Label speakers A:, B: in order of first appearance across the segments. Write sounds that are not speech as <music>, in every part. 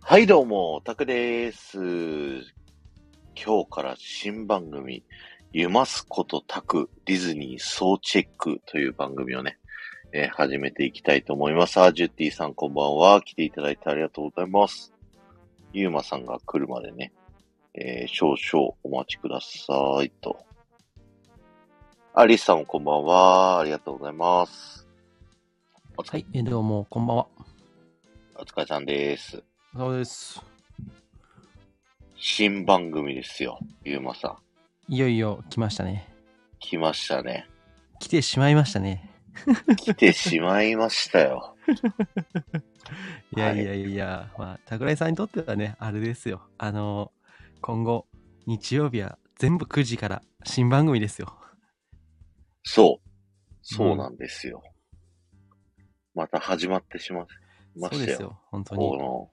A: はい、どうも、タクです。今日から新番組、ゆますことタク、ディズニー総チェックという番組をね、えー始めていきたいと思います。あ、ジュッティさんこんばんは。来ていただいてありがとうございます。ゆうまさんが来るまでね、えー少々お待ちくださいと。アリスさんこんばんは。ありがとうございます。お疲
B: は
A: れ、
B: い、えどうも、こんばんは。
A: お疲れさんです。
B: そうです。
A: 新番組ですよ、ゆうまさん。
B: いよいよ来ましたね。
A: 来ましたね。
B: 来てしまいましたね。
A: 来てしまいましたよ。 <laughs>
B: いやいやいや、まあ、桜井さんにとってはね、あれですよ。あの、今後、日曜日は全部9時から新番組ですよ。
A: そう。そうなんですよ。また始まってしまいま
B: そう
A: し
B: で
A: た
B: す
A: よ。
B: よ、本当に。
A: こ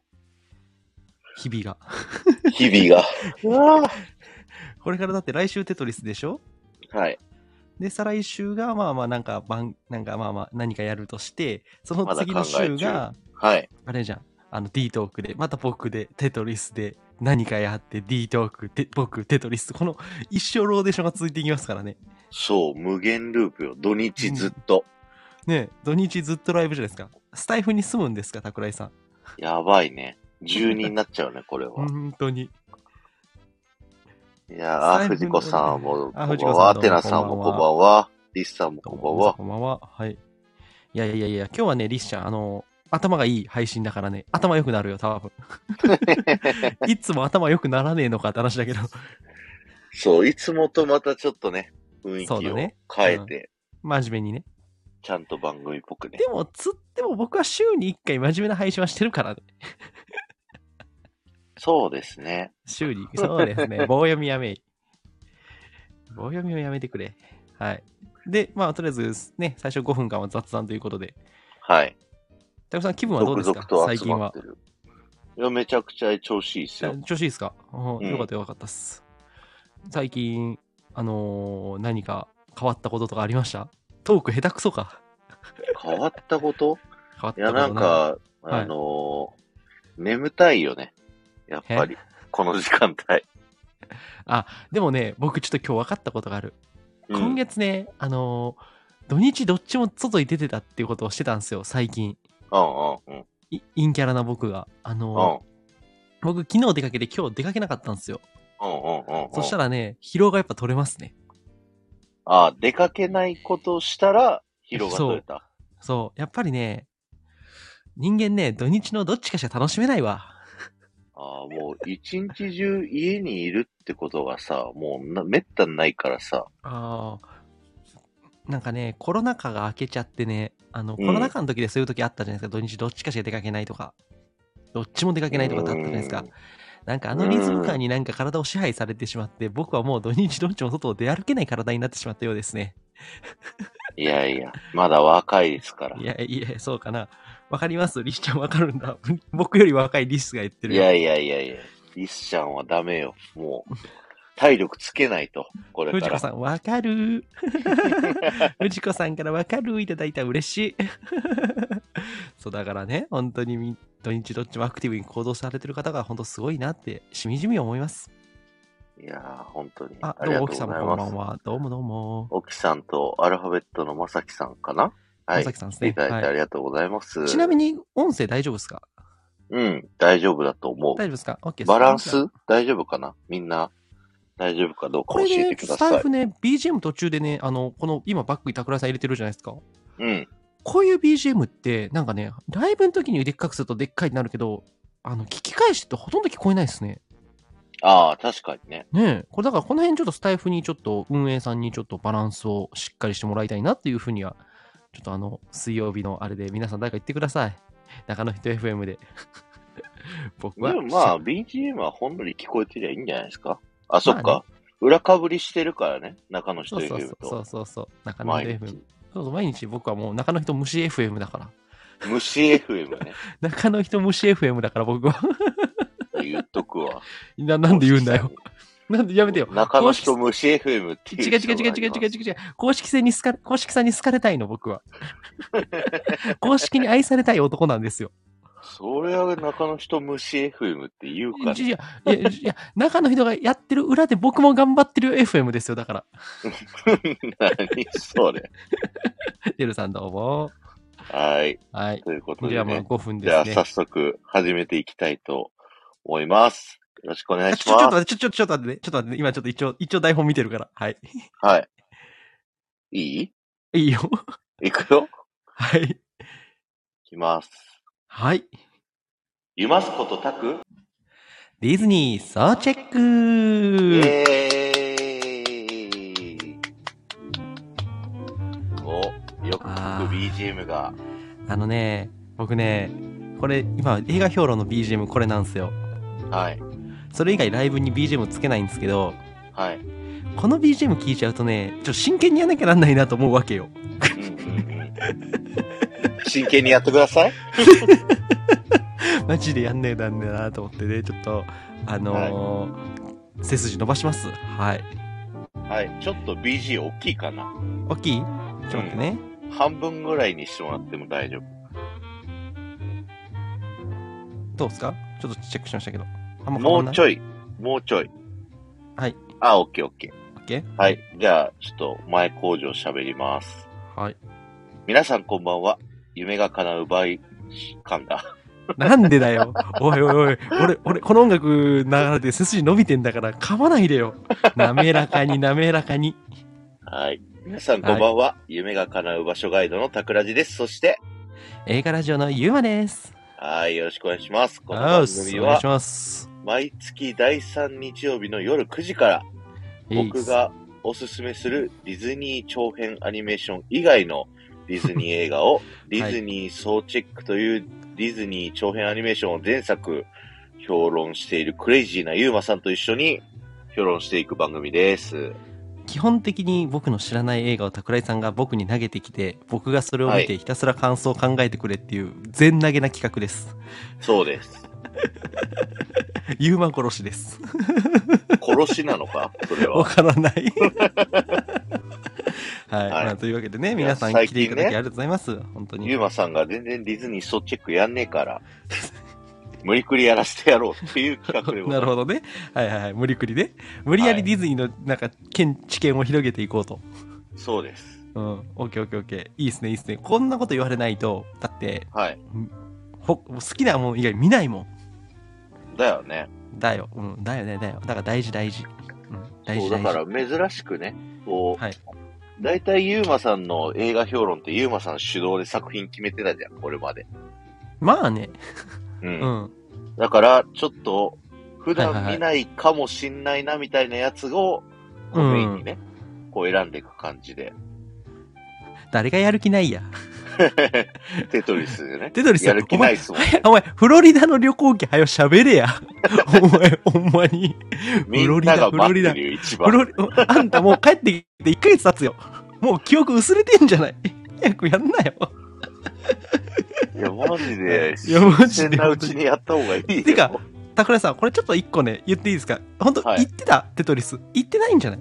B: 日々が。
A: の日々が。
B: <laughs> これからだって来週テトリスでしょ
A: はい。
B: で、再来週が、まあまあ、なんか、番なんかまあまあ、何かやるとして、その次の週
A: まだ
B: が、
A: はい。
B: あれじゃん。あの D トークで、また僕で、テトリスで、何かやって、D トークで、僕、テトリス。この一生ローデーションが続いていきますからね。
A: そう、無限ループよ。土日ずっと。
B: ねえ土日ずっとライブじゃないですか。スタイフに住むんですか、桜井さん。
A: やばいね。12になっちゃうね、これは。
B: 本当に。
A: いやー、
B: 財布の
A: 藤子さんも、こ
B: あ
A: ん
B: 藤
A: ばん
B: 子
A: は。ア
B: さんどうも
A: テナさんも、こ
B: こ
A: ん
B: ん
A: ば
B: ば
A: んは。リスさんも、こんばんは
B: こ。んばんは。はい。いやいやいやいや、今日はね、リッシャン、あの、頭がいい配信だからね、頭良くなるよ、
A: <laughs>
B: 多分。いつも頭良くならねえのかって話だけど。
A: そう、いつもとまたちょっとね、雰囲気を
B: そうだ
A: 変
B: ね
A: えて、
B: 真面目にね。
A: ちゃんと番組っぽくね
B: で。も、つっても僕は週に1回真面目な配信はしてるからね。
A: そうですね。
B: 修理。そうで
A: <laughs>
B: すね。棒読みやめい。棒読みをやめてくれ。はい。で、まあ、とりあえずね、最初5分間は雑談ということで。
A: はい。
B: たくさん気分はど
A: 続
B: うです
A: 々
B: か
A: と
B: 最
A: 集
B: 近
A: まっ
B: は
A: て。る。いや、めちゃくちゃ調子いいですよ。
B: あ調子いいですか、うん
A: うん
B: よかったよかったっす。最近、あのー何か変わったこととかありましたトーク下手くそか。
A: 変わったこと
B: 変わったこと
A: いや、なん
B: い、
A: か、
B: はい
A: あのー眠たいよね。やっぱり。この時間帯。
B: でもね、僕ちょっと今日分かったことがある。
A: うん
B: 今月ね、あのー土日どっちも外に出てたっていうことをしてたんですよ、最近。
A: うんうんうん。
B: い陰キャラな僕が。あの
A: うん
B: ー僕昨日出かけて今日出かけなかったんですよ。
A: うんうんうん。
B: そした
A: ら。
B: らね、疲労がやっぱ取れますね。
A: あ、出かけないことしたら、疲労が取れた。
B: そう、やっぱりね、人間ね、土日のどっちかしか楽しめないわ。
A: あーもう一日中家にいるってことがさ、もうなめったにないからさ。
B: ああ。なんかね、コロナ禍が明けちゃってね、あの、
A: うん
B: コロナ禍の時でそういう時あったじゃないですか。土日どっちかしか出かけないとか、どっちも出かけないとかってあったじゃない
A: う
B: ですか
A: ん。
B: なんかあのリズム感になんか体を支配されてしまって、僕はもう土日どっちも外を出歩けない体になってしまったようですね。
A: いやいや、まだ若いですから。
B: いやいや、そうかな。わかりますリスちゃんわかるんだ。僕より若いリスが言ってる
A: い
B: よ。
A: やいやいやいや、リスちゃんはダメよ。もう、体力つけないと、これか
B: 藤子
A: ら。
B: さん、わか
A: <laughs>
B: る藤子さんからわかるいただいた嬉しい。 <laughs> そう、だからね、本当にみ土日どっちもアクティブに行動されてる方が本当すごいなって、しみじみ思います。
A: いやー、本当に。
B: あ、
A: あ
B: ど
A: りが
B: うも、
A: とう
B: 奥
A: ござい
B: 様こんば
A: ま
B: ん
A: す。
B: は。どうもどうも。
A: 沖さんとアルファベットのまさきさんかなは
B: ま
A: い。
B: さ
A: 来
B: きさんです
A: て
B: ね
A: い。ただいてあ
B: は
A: りがとうございます。
B: い、ちなみ。に、音声大丈夫ですか
A: うん、大丈夫だと思
B: 大丈夫ですか ?OK で
A: う。
B: す。
A: バラン
B: じゃあ
A: ス大丈夫かなみんな、大丈夫かどうか
B: こ
A: 教
B: れ
A: えて、
B: ね
A: くださ
B: スタイ
A: い
B: フ。ね、BGM 途中でね、あの、この、今、バックに桜井さん入れてるじゃないですか。
A: うん。
B: こういう BGM って、なんかね、ライブの時にでっかくするとでっかいになるけど、あの、聞き返してってほとんど聞こえないですね。
A: ああ、確かにね。
B: ねえ。これだからこの辺ちょっとスタイフにちょっと運営さんにちょっとバランスをしっかりしてもらいたいなっていうふうには、ちょっとあの、水曜日のあれで皆さん誰か言ってください。中野人 FM で。 <laughs> 僕
A: で
B: は。
A: もまあ、BGM はほんのり聞こえてりゃいいんじゃないですかあ、そっ
B: まあ
A: か。裏かぶりしてるからね。中の人
B: そうそうそ
A: FM
B: うそ
A: と
B: う。そうそう。中野人
A: 毎
B: FM。そ
A: 日
B: う。そう、毎日僕はもう中野人虫 FM だから。
A: 虫 FM ね。
B: 中野人虫 FM だから僕は。 <laughs>
A: 言っとくわ。
B: な、なんで言うんだよ。なんでやめてよ。
A: 中の
B: 公式
A: 人虫 FM っていう。
B: 違う違う違う違う違う違う違う。公式性に好か、
A: <laughs>
B: 公式さんに好かれたいの、僕は。公式に愛されたい男なんですよ。
A: それは中の人虫 FM って言うか
B: い
A: ね。
B: や、いや、いや、中の人がやってる裏で僕も頑張ってる FM ですよ、だから。
A: <laughs> 何それ。
B: てるさんどうも。
A: はい。
B: はい。
A: ということ
B: じゃ
A: で、
B: あもう
A: ね。
B: 5分
A: じ
B: で
A: ゃあ、
B: すね。
A: 早速始めていきたいと思います。よろしくお願いし
B: ちょ、ちょっ
A: ま
B: と
A: す。
B: 待って、ちょ、ちょっと待ってね。ちょっと待ってね。今ちょっと一応、一応台本見てるから。はい。 <laughs>
A: はい。いい
B: いいよ。
A: いくよ。
B: はい。
A: いきます。
B: はい。
A: ゆますことたく。
B: ディズニー、総チェッ
A: イ
B: ク
A: エーイお、よく聞く BGM が。
B: あのね、僕ね、これ、今、映画評論の BGM これなんですよ。
A: はい。
B: それ以外ライブに BGM つけないんですけど、
A: はい。
B: この BGM 聞いちゃうとね、ちょっと真剣にやんなきゃなんないなと思うわけよ。
A: う
B: <laughs>
A: んうんうん真剣にやってください。
B: マジでやんねえなんだなと思ってね、ちょっと、あのー背筋伸ばします。はい。
A: はい。ちょっと BG 大きいかな。
B: 大きいちょっと待ってね。
A: 半分ぐらいにしてもらっても大丈夫。
B: どうですかちょっとチェックしましたけど。あんま変
A: も
B: わん
A: う
B: ない
A: ちょい。もうちょい。
B: はい。
A: あ、オッケーオッケー。
B: オッケー
A: はい。じゃあ、ちょっと前工場喋ります。
B: はい。
A: 皆さんこんばんは。夢が叶う場合、噛んだ。
B: なんでだよ。 <laughs> おいおいおい。俺、俺、この音楽流れて背筋伸びてんだから噛まない
A: <laughs>
B: でよ。滑らかに滑らかに。
A: はい。皆さんこんばんは。夢が叶う場所ガイドの桜地です。そして、
B: 映画ラジオのゆうまです。
A: はい、よろしくお願いします。この
B: あ
A: 番
B: う
A: 組
B: お願い
A: は
B: し、ます。
A: 毎月第3日曜日の夜9時から、僕がおすすめするディズニー長編アニメーション以外のディズニー映画を、ディズ
B: <laughs>
A: ニー総チェックというディズニー長編アニメーションを前作評論しているクレイジーなユーマさんと一緒に評論していく番組です。
B: 基本的に僕の知らない映画を桜井さんが僕に投げてきて僕がそれを見
A: は
B: てひたすら感想を考えてくれっていう全投げな企画です。
A: そうです。
B: ユーマ殺しです。
A: 殺しなのかそれ
B: わ
A: は。
B: から
A: <laughs>
B: ない。はい、
A: はい
B: まあ。というわけでね、皆さん
A: いや
B: 来ていただきありがとうございます。本当
A: ユ
B: に
A: ー。マさんが全然ディズニー総チェックやんねえから、 <laughs> 無理くりやらせてやろうっていう企画でござ
B: <laughs> ないる
A: ます。
B: ほどね。はいはいはい。無理くりね。無理や
A: は
B: り
A: い
B: ディズニーのなんか、見知見を広げていこうと。
A: そうです。
B: うん。オッケーオッケーオッケー。いいですねいいですね。こんなこと言われないと、だって、
A: はい。
B: ほ好きなもん以外見ないもん。
A: だよね。
B: だよ。うん。だよね、だよ。だから大事大事。うん。大
A: そ
B: 事
A: う
B: 大
A: だ
B: 事。
A: から珍しくね、こう、
B: はい。
A: 大体ユーマさんの映画評論ってユーマさん主導で作品決めてたじゃん、これまで。
B: まあね。
A: う。
B: うんん。
A: だから、ちょっと、普
B: はい
A: 段
B: はいはい
A: 見ないかもしんないなみたいなやつを、こう
B: うん
A: メインにね、こう選んでいく感じで。
B: 誰がやる気ない
A: <laughs>
B: や。
A: テトリスでね。
B: テトリス
A: やる気ないっすもん。
B: お前、フロリダの旅行記はよ
A: <laughs>
B: 喋れや。お前、ほんまに。
A: みん
B: フロリ
A: な
B: ダ
A: が
B: フロ
A: 待
B: リ
A: っ
B: ダ
A: てるよ、一
B: フ
A: 番。
B: ロリ、あんたもう帰ってきて1ヶ月経つよ。もう記憶薄れてんじゃない。 <laughs> 早くやんなよ。
A: いや、マジで、
B: <laughs> いやマ
A: 新
B: ジで
A: 鮮なうちにやった方がいいよ。
B: てか、桜井さん、これちょっと1個ね、言っていいですか本当、
A: はい
B: 言ってたテトリス。言ってないんじゃない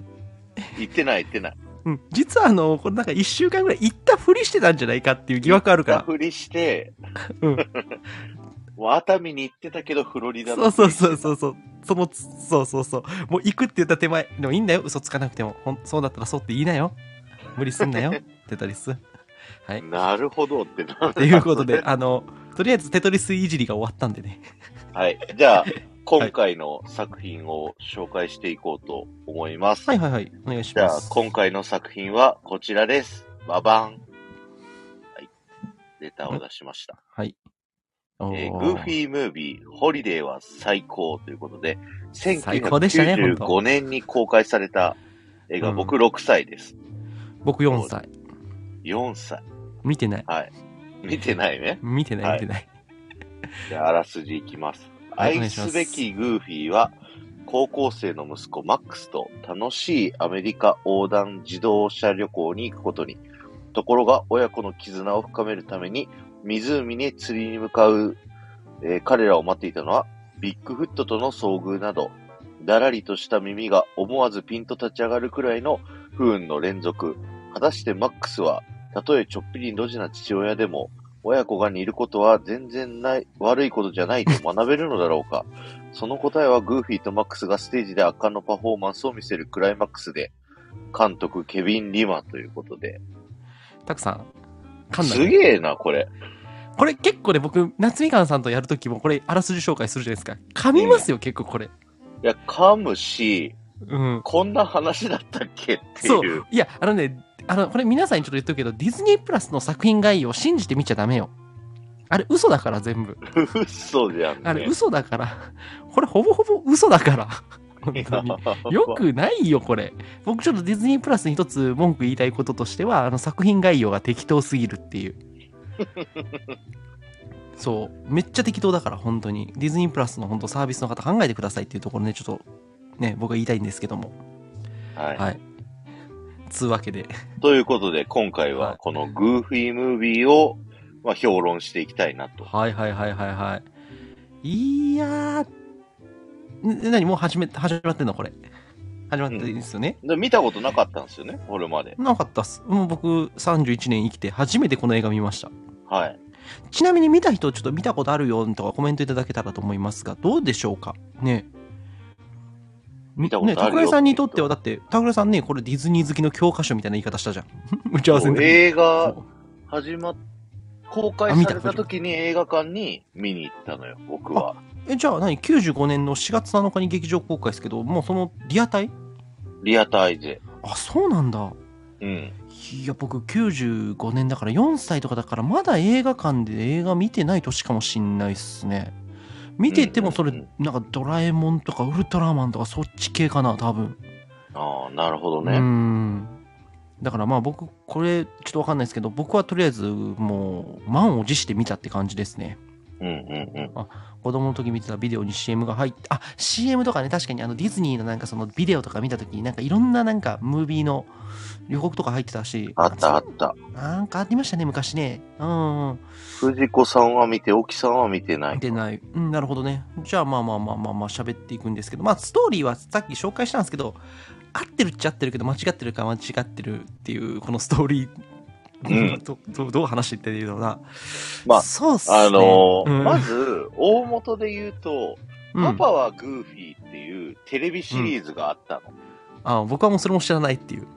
A: 言ってない、言ってない。
B: うん。実はあの、これなんか1週間ぐらい行ったふりしてたんじゃないかっていう疑惑あるから。
A: ふりして、 <laughs>
B: うん
A: もう熱海に行ってたけど、フロリダ
B: そうそうそう
A: う。
B: そうそう。そのつ、そうそうそう。もう行くって言った手前。でもいいんだよ。嘘つかなくても。ほんそうだったらそうって言いなよ。無理すん
A: <laughs>
B: なよ。テトリス。はい。
A: なるほどってな。っ
B: ということで、。あの、とりあえずテトリスいじりが終わったんでね。
A: はい。じゃあ、今回の作品を紹介していこうと思います。
B: はいはいはい。お願いし
A: じゃ
B: ま
A: あ、
B: す。
A: 今回の作品はこちらです。ババン。はい。レターを出しました。
B: はい。お
A: えーグーフィームービー、ホリデーは最高ということで、
B: 最高でしたね本当
A: 1995年に公開された映画、
B: うん
A: 僕6歳です。
B: 僕4歳。
A: 4歳。
B: 見てない。
A: はい。見てないね。
B: 見てない、
A: はい
B: 見てない。
A: じゃあ、あらすじいきます。
B: はいお願
A: 愛
B: いします
A: すべきグーフィーは、高校生の息子マックスと楽しいアメリカ横断自動車旅行に行くことに。ところが、親子の絆を深めるために、湖に釣りに向かう、えー彼らを待っていたのは、ビッグフットとの遭遇など、だらりとした耳が思わずピンと立ち上がるくらいの不運の連続。果たしてマックスは、たとえちょっぴりドジな父親でも、親子が似ることは全然ない、悪いことじゃないと学べるのだろうか。 <laughs> その答えはグーフィーとマックスがステージで圧巻のパフォーマンスを見せるクライマックスで、監督ケビン・リマということで。
B: たくさん、噛んだね
A: すげえな、これ。
B: これ結構ね、僕、夏みかんさんとやるときも、これ、あらすじ紹介するじゃないですか。噛みますよ、結構これ。
A: いや、噛むし、
B: うん。
A: こんな話だったっけって
B: そ
A: いう
B: う。。いや、あのね、あの、これ皆さんにちょっと言っとくけど、ディズニープラスの作品概要を信じて見ちゃダメよ。あれ、嘘だから、全部。
A: 嘘じゃん、ね。
B: あれ、嘘だから。これ、ほぼほぼ嘘だから。本
A: <laughs>
B: 当に。よくないよ、これ。僕、ちょっとディズニープラスに一つ文句言いたいこととしては、あの作品概要が適当すぎるっ
A: <laughs>
B: ていう。そう。めっちゃ適当だから、本当に。ディズニープラスの本当サービスの方考えてくださいっていうところね、ちょっと、ね、僕は言いたいんですけども。
A: はい。
B: はい。つうわけで。
A: ということで、今回はこのグーフィームービーを、まあ、評論していきたいなと。
B: はいはいはいはいはい。いやー。な、なにもう始め、始まってんのこれ。始まってんですよね。
A: で見たことなかったんですよね、これまで。
B: なかったっす。もう僕、31年生きて初めてこの映画見ました。
A: はい。
B: ちなみに見た人、ちょっと見たことあるよとかコメントいただけたらと思いますが、どうでしょうかね。
A: 見たことあるよ
B: ね、拓哉さんにとっては、だって、拓哉さんね、これディズニー好きの教科書みたいな言い方したじゃん。 <laughs> 打ち合わせの時に
A: 映画
B: そう
A: 始まっ、公開
B: あ見
A: さ
B: た
A: れた時に映画館に見に行ったのよ、僕は。
B: えじゃあ何95年の4月7日に劇場公開ですけどもうそのリアタイ
A: リアタイで。
B: あそうなんだ
A: うん。
B: いや僕95年だから4歳とかだからまだ映画館で映画見てない年かもしんないっすね見ててもそれ
A: うんうん
B: なんかドラえもんとかウルトラマンとかそっち系かな多分
A: ああ、なるほど
B: うー
A: ね。
B: んだからまあ僕これちょっとわかんないですけど僕はとりあえずもう満を持して見たって感じですね
A: うんうんうん。
B: 子供の時見てたビデオに CM が入ってあ CM とかね確かにあのディズニーのなんかそのビデオとか見た時になんかいろんななんかムービーの予告とか入ってたし
A: あったあった。
B: なんかありましたね昔ねうん、うん、
A: 藤子さんは見て、沖さんは見てない。
B: 出ない、うん、なるほどねじゃあまあまあまあまあまあ喋っていくんですけどまあストーリーはさっき紹介したんですけど合ってるっちゃ合ってるけど間違ってるか間違ってるっていうこのストーリー
A: うん
B: <laughs> どどどう話していってるような
A: まあ
B: そうっすね
A: あのー
B: うん
A: まず、大元で言うと、
B: うん
A: パパはグーフィーっていうテレビシリーズがあったの。
B: あ僕はもうそれも知らないっていう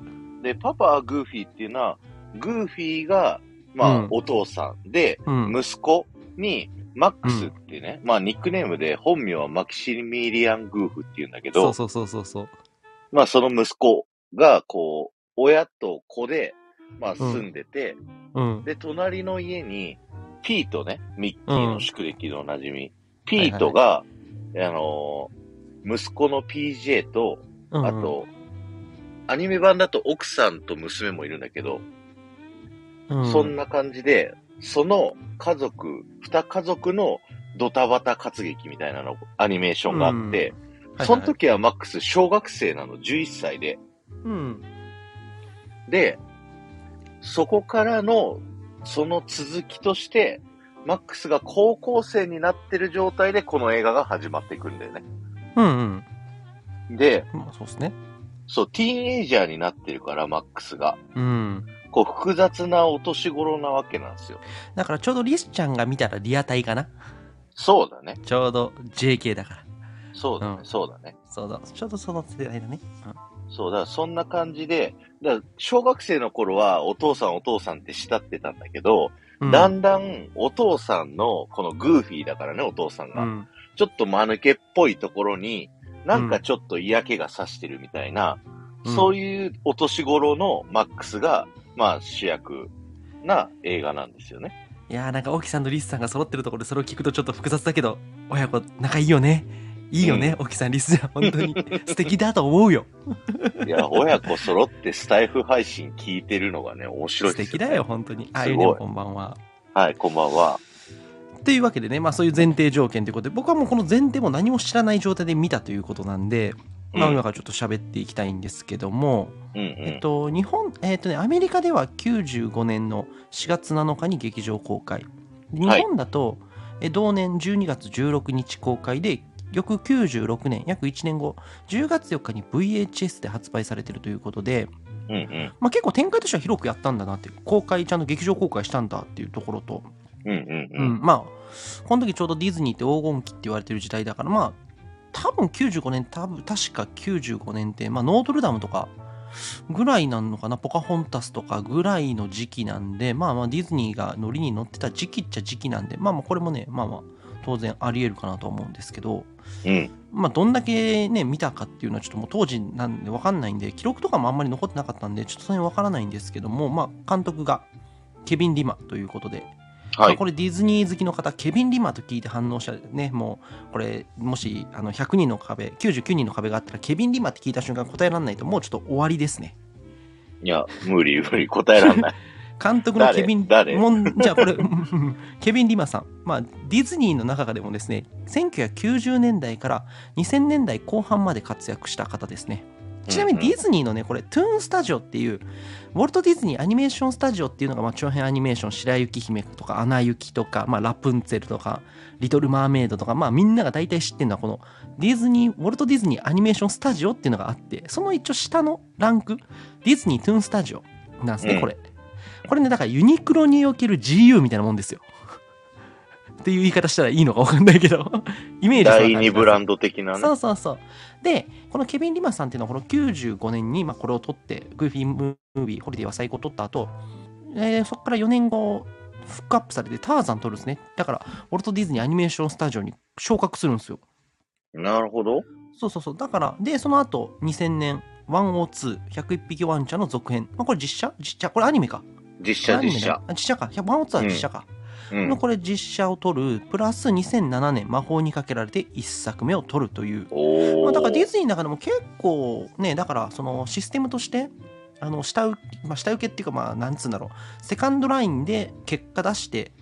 A: で、パパはグーフィーっていうのは、グーフィーが、まあ、
B: うん
A: お父さんで、
B: うん
A: 息子に、マックスってね、まあ、ニックネームで、本名はマキシミリアン・グーフっていうんだけど、
B: そうそうそうそうそう
A: まあ、その息子が、こう、親と子で、まあ、住んでて、
B: うん
A: で、隣の家に、ピートね、ミッキー
B: う
A: の
B: ん
A: 宿歴でおなじみ、ピートが、あのー息子の PJ と、
B: うん
A: あと、アニメ版だと奥さんと娘もいるんだけど、
B: うん、
A: そんな感じで、その家族、二家族のドタバタ活劇みたいなの、アニメーションがあって、
B: はいはいはい
A: その時はマックス小学生なの、11歳で。
B: うん、
A: で、そこからの、その続きとして、マックスが高校生になってる状態でこの映画が始まっていくんだよね。
B: うんうん
A: で、
B: まあそうですね
A: そう、ティーンエイジャーになってるから、マックスが。
B: うん
A: こう、複雑なお年頃なわけなんですよ。
B: だからちょうどリスちゃんが見たらリアタイかな
A: そうだね。
B: ちょうど JK だから
A: そうだね。
B: うん
A: そうだね。
B: そうだちょうどその世代だね、
A: そう、だからそんな感じで、だから小学生の頃はお父さんお父さんって慕ってたんだけど、
B: うん、
A: だんだんお父さんの、このグーフィーだからね、お父さん
B: う
A: が、
B: ん
A: ちょっと間抜けっぽいところに、なんかちょっと嫌気がさしてるみたいな、
B: うん
A: そういうお年頃のマックスが、まあ主役な映画なんですよね。
B: いやーなんか沖さんとリスさんが揃ってるところでそれを聞くとちょっと複雑だけど親子仲いいよねいいよね、沖さんリスちゃん <laughs> 本当に素敵だと思うよ
A: いや、親子揃ってスタイフ配信聞いてるのがね、面白い
B: 素
A: です
B: 敵
A: よ、
B: だよ。本当にああいう
A: す
B: ね
A: ごい
B: こんばんは
A: はい、こんばんは。
B: というわけでね、まあ、そういう前提条件ということで僕はもうこの前提も何も知らない状態で見たということなんで、まあ、
A: うん
B: 今からちょっと喋っていきたいんですけども、
A: うんう
B: えっ
A: ん。
B: と日本えっとねアメリカでは95年の4月7日に劇場公開日
A: はい
B: 本だと、え同年12月16日公開で翌96年約1年後10月4日に VHS で発売されてるということで、
A: うんうん。
B: まあ、結構展開としては広くやったんだなっていう公開ちゃんと劇場公開したんだっていうところと
A: うんうんう。
B: うんん、まあこの時ちょうどディズニーって黄金期って言われてる時代だからまあ多分95年多分確か95年って、まあ、ノートルダムとかぐらいなのかなポカホンタスとかぐらいの時期なんでまあまあディズニーがノリに乗ってた時期っちゃ時期なんでまあまあこれもねまあまあ当然ありえるかなと思うんですけど
A: うん。
B: まあどんだけね見たかっていうのはちょっともう当時なんで分かんないんで記録とかもあんまり残ってなかったんでちょっとその辺分からないんですけどもまあ監督がケビン・リマということで
A: は
B: まあ
A: い
B: こ。れディズニー好きの方ケビン・リマーと聞いて反応したねもうこれもしあの100人の壁99人の壁があったらケビン・リマーって聞いた瞬間答えられないともうちょっと終わりですね
A: いや、無理無理答えらん
B: <laughs>
A: ない。
B: 監督のケビン
A: 誰誰 <laughs>
B: もんじゃあこれ <laughs> うんケビン・リマーさん、まあ、ディズニーの中でもですね1990年代から2000年代後半まで活躍した方ですねちなみにディズニーのねこれトゥーンスタジオっていうウォルト・ディズニーアニメーション・スタジオっていうのがまあ長編アニメーション「白雪姫」とか「アナ雪」とか「まあ、ラプンツェル」とか「リトル・マーメイド」とか、まあ、みんなが大体知ってるのはこのディズニーウォルト・ディズニーアニメーション・スタジオっていうのがあってその一応下のランクディズニー・トゥーン・スタジオなんです
A: う
B: ね
A: ん
B: これ、これねだからユニクロにおける GU みたいなもんですよ <laughs> っていう言い方したらいいのか分かんないけど <laughs> イメージそんな
A: 第
B: 感じなんです
A: 二
B: よ
A: ブランド的なね。
B: そうそうそう。で、このケビン・リマさんっていうのは、この95年に、まあ、これを撮って、グーフィームービー、ホリデーは最高を撮った後、えーそこから4年後、フックアップされて、ターザン撮るんですね。だから、ウォルト・ディズニーアニメーション・スタジオに昇格するんですよ。
A: なるほど。
B: そうそうそう。だから、で、その後、2000年、102、101匹ワンちゃんの続編。まあ、これ実写実写これアニメか。
A: 実写
B: これアニ
A: 実
B: メだ
A: 写
B: よ。あ実写か。102は実写か。
A: うん
B: の。これ実写を撮る、プラス2007年、魔法にかけられて1作目を撮るという
A: お
B: ま
A: お。
B: あ、だからディズニーの中でも結構ねだからそのシステムとしてあの下請,、まあ、下請けっていうかまあなんつうんだろうセカンドラインで結果出して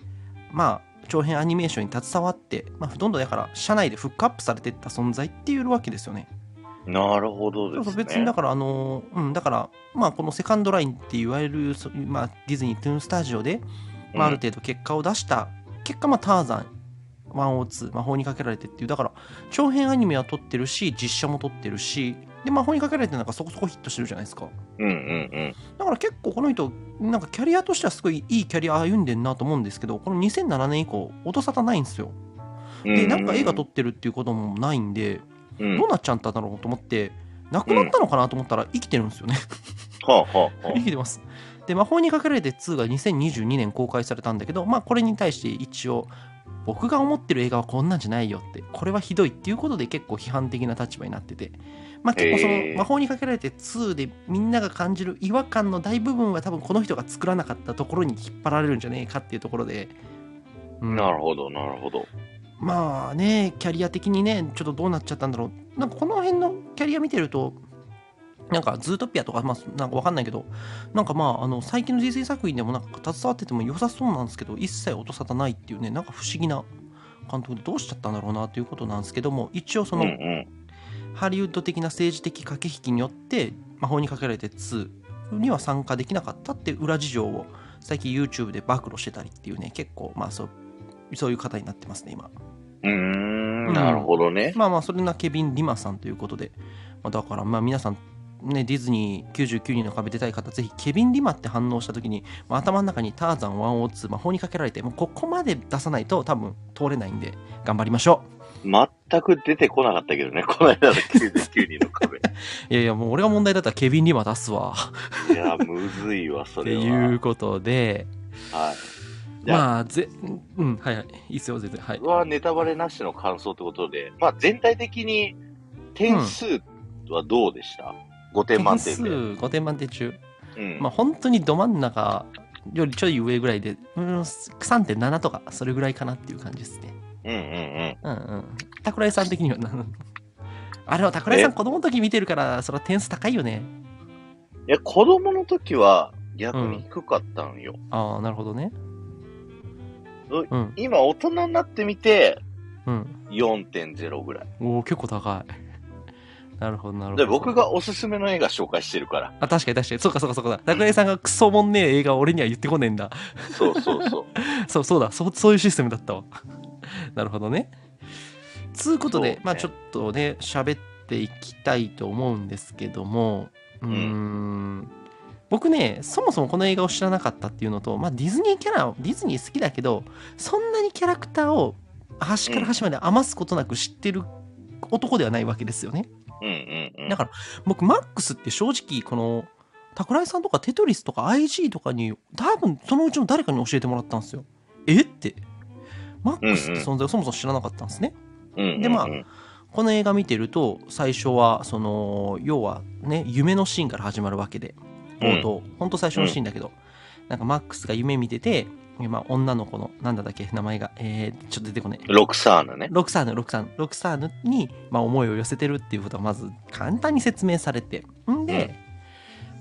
B: まあ長編アニメーションに携わって、まあ、どんどんだから社内でフックアップされていった存在っていうわけですよね。
A: なるほど
B: そう
A: で
B: そう
A: すね。
B: 別にだからあのうんだからまあこのセカンドラインっていわゆるそまあ、ディズニートゥーンスタジオで、まあ、ある
A: うん
B: 程度結果を出した、結果まあターザン102魔法にかけられてっていうだから長編アニメは撮ってるし実写も撮ってるしで魔法にかけられてなんかそこそこヒットしてるじゃないですか
A: うんうんうん。
B: だから結構この人なんかキャリアとしてはすごいいいキャリア歩んでんなと思うんですけどこの2007年以降音沙汰ないんですよでなんか映画撮ってるっていうこともないんで
A: うんうん、
B: どうなっちゃったんだろうと思って亡くなったのかなと思ったら生きてるんですよね
A: はあ、はあはあ
B: <laughs> 生きてます。で、魔法にかけられて2が2022年公開されたんだけど、まあこれに対して一応、僕が思ってる映画はこんなんじゃないよって、これはひどいっていうことで結構批判的な立場になってて、まあ結構
A: へ
B: その
A: ー
B: 魔法にかけられて2でみんなが感じる違和感の大部分は多分この人が作らなかったところに引っ張られるんじゃねえかっていうところで、うん
A: なるほど、なるほど。
B: まあねキャリア的にねちょっとどうなっちゃったんだろうなんかこの辺のキャリア見てるとなんかズートピアとかまあなんかわかんないけどなんかまああの最近の DC 作品でもなんか携わってても良さそうなんですけど一切音沙汰ないっていうねなんか不思議な監督でどうしちゃったんだろうなということなんですけども一応そ
A: うん
B: の、
A: うん。
B: ハリウッド的な政治的駆け引きによって魔法にかけられて2には参加できなかったって裏事情を最近 YouTube で暴露してたりっていうね結構まあそうそういう方になってますね今。
A: うーん、なるほどね。
B: まあまあそれがケビン・リマさんということで、まあ、だからまあ皆さんねディズニー99人の壁出たい方ぜひケビン・リマって反応した時に、まあ、頭の中にターザン102魔法にかけられてもうここまで出さないと多分通れないんで頑張りましょ
A: 全く出てこなかったけどね、この間の99人の壁。
B: ういやいやもう俺が問題だったらケビン・リマ出すわ
A: いや、むずいわ、そ
B: って
A: れは。
B: いうことで
A: はい。じゃあ
B: まあぜうんはいはいいいっすよ全然はい
A: はネタバレなしの感想ってことで、まあ全体的に点数はどうでした、?5 点満点で。
B: 5点満点中
A: うん。
B: まあ本当にど真ん中よりちょい上ぐらいで、うん、3.7とかそれぐらいかなっていう感じですね
A: うんうんうん。
B: うんうん。桜井さん的にはな <laughs> あれは桜井さん子供の時見てるから、それは点数高いよね。
A: いや、子供の時は逆に低かったんよ。
B: ああ、なるほどね。
A: おい
B: うん。
A: 今大人になってみて
B: うん。
A: 4.0ぐらい。
B: おお、結構高い。 <laughs> なるほど、なるほ
A: で
B: ど。
A: 僕。がおすすめの映画紹介してるから。
B: あ、確かに確かに。そうかそうかそうか。桜井さんがクソもんねえ映画を俺には言ってこねえんだ。
A: そうそう
B: <laughs>
A: そう。
B: そうそうだそう、そういうシステムだったわ。 <laughs> なるほどね。つうことで、
A: そうね
B: まあちょっとね、喋っていきたいと思うんですけども、うーん、僕ね、そもそもこの映画を知らなかったっていうのと、まあ、ディズニーキャラ、ディズニー好きだけど、そんなにキャラクターを端から端まで余すことなく知ってる男ではないわけですよね。
A: うんうんうん。
B: だから、僕、マックスって正直、この、桜井さんとかテトリスとか IG とかに、多分そのうちの誰かに教えてもらったんですよ。えって。マックスって存在をそもそも知らなかったんですね。
A: うんうんうん、
B: でまあこの映画見てると最初はその要はね夢のシーンから始まるわけで冒頭、ほんと最初のシーンだけど、なんかマックスが夢見てて、まあ、女の子のなんだだっけ名前がえー、ちょっと出てこない
A: ロクサーナね。
B: ロクサーヌロクサーヌロクサーヌに、まあ、思いを寄せてるっていうことがまず簡単に説明されてんで、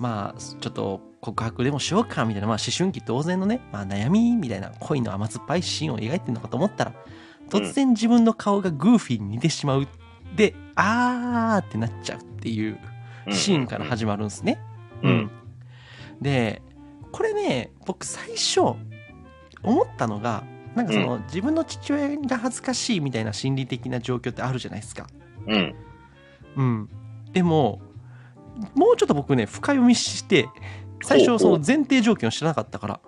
B: まあちょっと告白でもしようかみたいな、まあ、思春期当然のね、まあ、悩みみたいな恋の甘酸っぱいシーンを描いてるのかと思ったら突然自分の顔がグーフィーに似てしまうであーってなっちゃうっていうシーンから始まるんですね。
A: うん
B: でこれね僕最初思ったのがなんかその、自分の父親が恥ずかしいみたいな心理的な状況ってあるじゃないですか。
A: うんうん。
B: うん、でももうちょっと僕ね深読みして
A: ほう
B: 最
A: ほ
B: 初
A: う
B: その前提条件を知らなかったから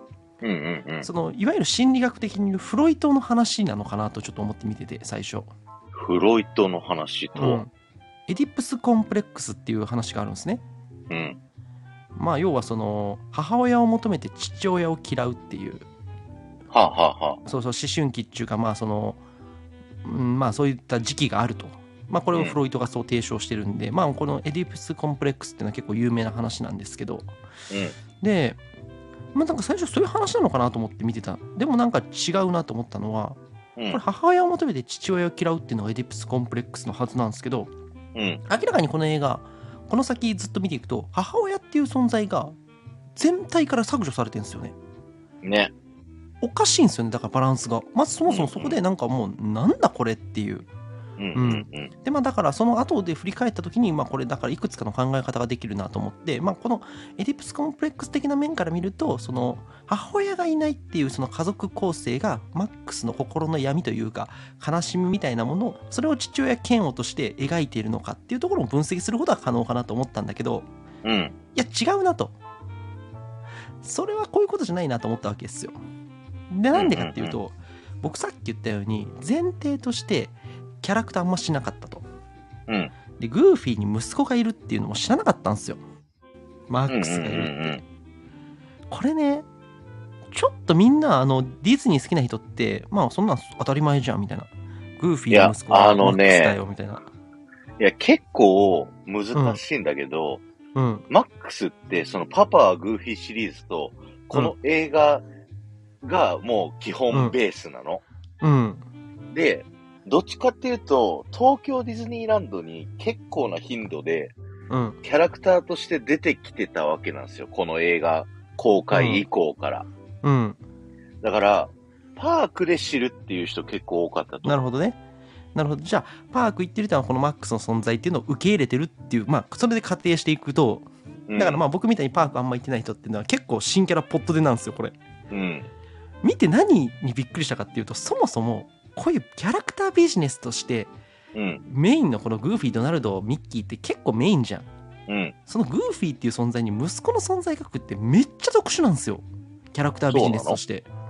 A: うんうんうん。
B: そのいわゆる心理学的に言うフロイトの話なのかなとちょっと思って見てて最初、
A: フロイトの話と
B: う
A: は、
B: ん、エディプスコンプレックスっていう話があるんですね
A: うん。
B: まあ要はその母親を求めて父親を嫌うっていう
A: はあ、はあはあ、
B: そうそう思春期っていうかまあその、うん、まあそういった時期があると、まあ、これをフロイトがそう提唱してるんで、まあこのエディプスコンプレックスっていうのは結構有名な話なんですけど、
A: うん
B: で、まあ、なんか最初そういう話なのかなと思って見てたでもなんか違うなと思ったのは
A: う
B: これ
A: ん。
B: 母親を求めて父親を嫌うっていうのがエディプスコンプレックスのはずなんですけど
A: うん。
B: 明らかにこの映画この先ずっと見ていくと母親っていう存在が全体から削除されてるんですよね。
A: ね。
B: おかしいんですよねだからバランスがまずそもそもそこでなんかもうなんだこれっていう
A: うんうんうん。
B: でまあだからその後で振り返った時にまあこれだからいくつかの考え方ができるなと思ってまあこのエディプスコンプレックス的な面から見るとその母親がいないっていうその家族構成がマックスの心の闇というか悲しみみたいなものをそれを父親嫌悪として描いているのかっていうところを分析することは可能かなと思ったんだけど
A: うん。
B: いや違うなとそれはこういうことじゃないなと思ったわけですよでなんでかっていうと、僕さっき言ったように前提としてキャラクターあんましなかったと
A: うん
B: でグーフィーに息子がいるっていうのも知らなかったんですよマ
A: うん
B: ック
A: う
B: ス
A: ん
B: がいるって、
A: うん
B: これねちょっとみんなあのディズニー好きな人ってまあそんなん当たり前じゃんみたいなグーフィーの息子
A: いや
B: が
A: あ
B: マ
A: の
B: ッ
A: ね
B: クスだよみたいな、
A: いや、結構難しいんだけど、
B: うん
A: マックスって、そのパパはグーフィーシリーズと、この映画がもう基本ベースなの。
B: うん
A: で、どっちかっていうと、東京ディズニーランドに結構な頻度で、
B: うん
A: キャラクターとして出てきてたわけなんですよ。この映画公開以降から。
B: うん
A: だから、パークで知るっていう人結構多かったと
B: な
A: 思う。
B: るほどね。なるほど。じゃあ、パーク行ってる人はこのマックスの存在っていうのを受け入れてるっていう、まあ、それで仮定していくと、
A: うん
B: だからまあ僕みたいにパークあんま行ってない人っていうのは結構新キャラポットでなんですよ、これ。
A: うん。
B: 見て何にびっくりしたかっていうと、そもそも、こういうキャラクタービジネスとして、
A: うん。
B: メインのこのグーフィー、ドナルド、ミッキーって結構メインじゃん。
A: うん。
B: そのグーフィーっていう存在に息子の存在がくってめっちゃ特殊なんですよ。キャラクタービジネスとして。
A: うん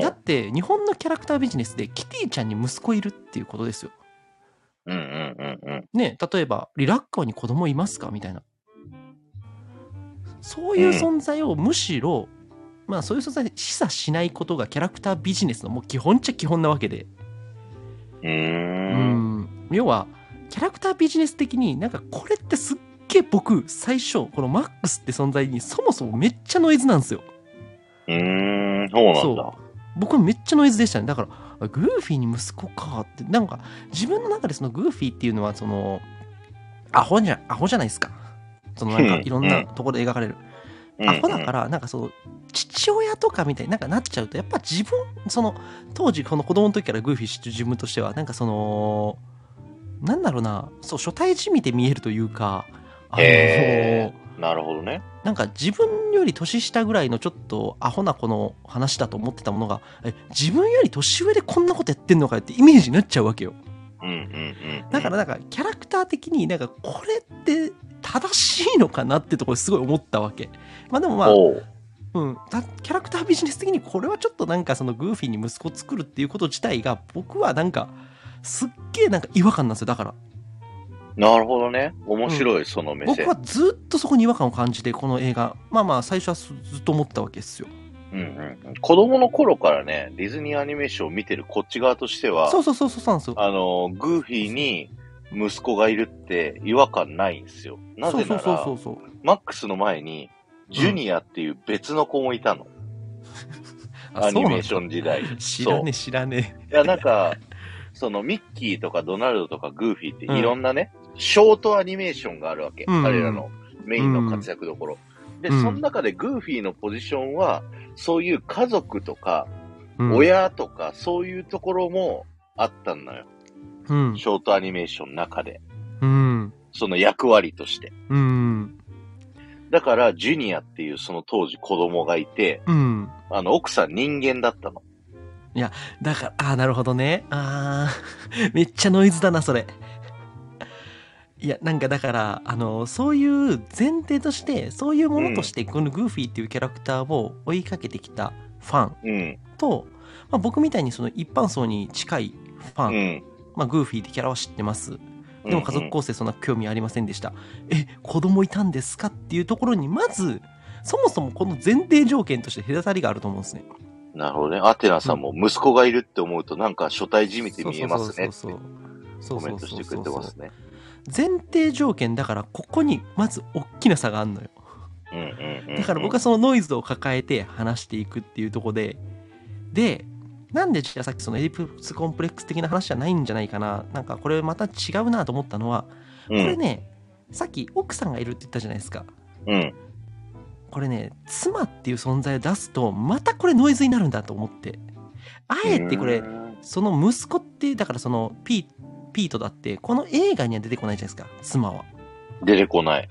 B: だって、日本のキャラクタービジネスでキティちゃんに息子いるっていうことですよ。
A: うん。うん。うん。うん。
B: ね、例えば、リラッカーに子供いますかみたいな。そういう存在をむしろ、まあそういう存在で示唆しないことがキャラクタービジネスのもう基本っちゃ基本なわけで。
A: う
B: う
A: ーん。
B: ん。要は、キャラクタービジネス的になんかこれってすっげえ僕、最初、このマックスって存在にそもそもめっちゃノイズなんですよ。
A: うーん。そうなんだ。
B: 僕はめっちゃノイズでしたねだからあグーフィーに息子かってなんか自分の中でそのグーフィーっていうのはそのアホじゃアホじゃないですかそのなんか
A: うん
B: いろんなところで描かれる、
A: うん
B: アホだからなんかその父親とかみたいになんかなっちゃうとやっぱ自分その当時この子供の時からグーフィー知ってる自分としてはなんかそのなんだろうなそう初対地味で見えるというかあの
A: へなるほどね。
B: なんか自分より年下ぐらいのちょっとアホな子の話だと思ってたものがえ自分より年上でこんなことやってんのかよってイメージになっちゃうわけよ
A: うんうんうん。
B: だからなんかキャラクター的になんかこれって正しいのかなってところすごい思ったわけ。まあでもまあ、
A: おう
B: うん、たキャラクタービジネス的にこれはちょっとなんかそのグーフィーに息子を作るっていうこと自体が僕はなんかすっげえなんか違和感なんですよだから
A: なるほどね。面白い、その目
B: 僕
A: 線。
B: はずっとそこに違和感を感じてこの映画まあまあ最初はすずっと思ってたわけですよ
A: うんうんうん、子供の頃からね、ディズニーアニメーションを見てるこっち側としては、
B: そうそうそうそうなんですよ
A: あの、グーフィーに息子がいるって違和感ないんですよ。なぜな
B: そう
A: ら
B: そ、うそうそうそう
A: マックスの前に、ジュニアっていう別の子もいたの。アニメーショ
B: ン
A: ン時代。
B: <laughs> 知ら
A: そう
B: ねえ知らね
A: いや、なん
B: <laughs>
A: か、そのミッキーとかドナルドとかグーフィーって
B: うん
A: いろんなね、ショートアニメーションがあるわけ。
B: うん
A: 彼らのメインの活躍どころ。で、
B: うん
A: その中でグーフィーのポジションは、そういう家族とか、
B: え、うん、
A: 親とか、そういうところもあったのよ。
B: うん
A: ショートアニメーションの中で。
B: うん
A: その役割として。
B: うん
A: だから、ジュニアっていうその当時子供がいて、
B: うん
A: あの、奥さん人間だったの。
B: だからああなるほどねあー <laughs> めっちゃノイズだなそれいやなんかだからあのそういう前提としてそういうものとして、このグーフィーっていうキャラクターを追いかけてきたファン
A: うん。
B: と、まあ、僕みたいにその一般層に近いファ
A: う
B: ン、
A: ん。
B: まあ、グーフィーってキャラは知ってますで
A: うん
B: も家
A: う
B: 族
A: ん
B: 構成そんな興味ありませんでした、え子供いたんですかっていうところにまずそもそもこの前提条件として隔たりがあると思うんですね
A: なるほどね。アテナさんも息子がいるって思うとなんか初対じみて見えますねって
B: そうそう
A: コ
B: そ
A: メ
B: う
A: ントしてくれてますね。
B: 前提条件だからここにまず大きな差があるのよ
A: うんうんうん。
B: だから僕はそのノイズを抱えて話していくっていうところででなんでじゃあさっきそのエディプスコンプレックス的な話じゃないんじゃないかななんかこれまた違うなと思ったのは
A: う
B: これ
A: ん、
B: ねさっき奥さんがいるって言ったじゃないですか
A: うん。
B: これね妻っていう存在を出すとまたこれノイズになるんだと思ってあえてこれ
A: うん
B: その息子ってだからそのピーピートだってこの映画には出てこないじゃないですか妻は
A: 出てこない。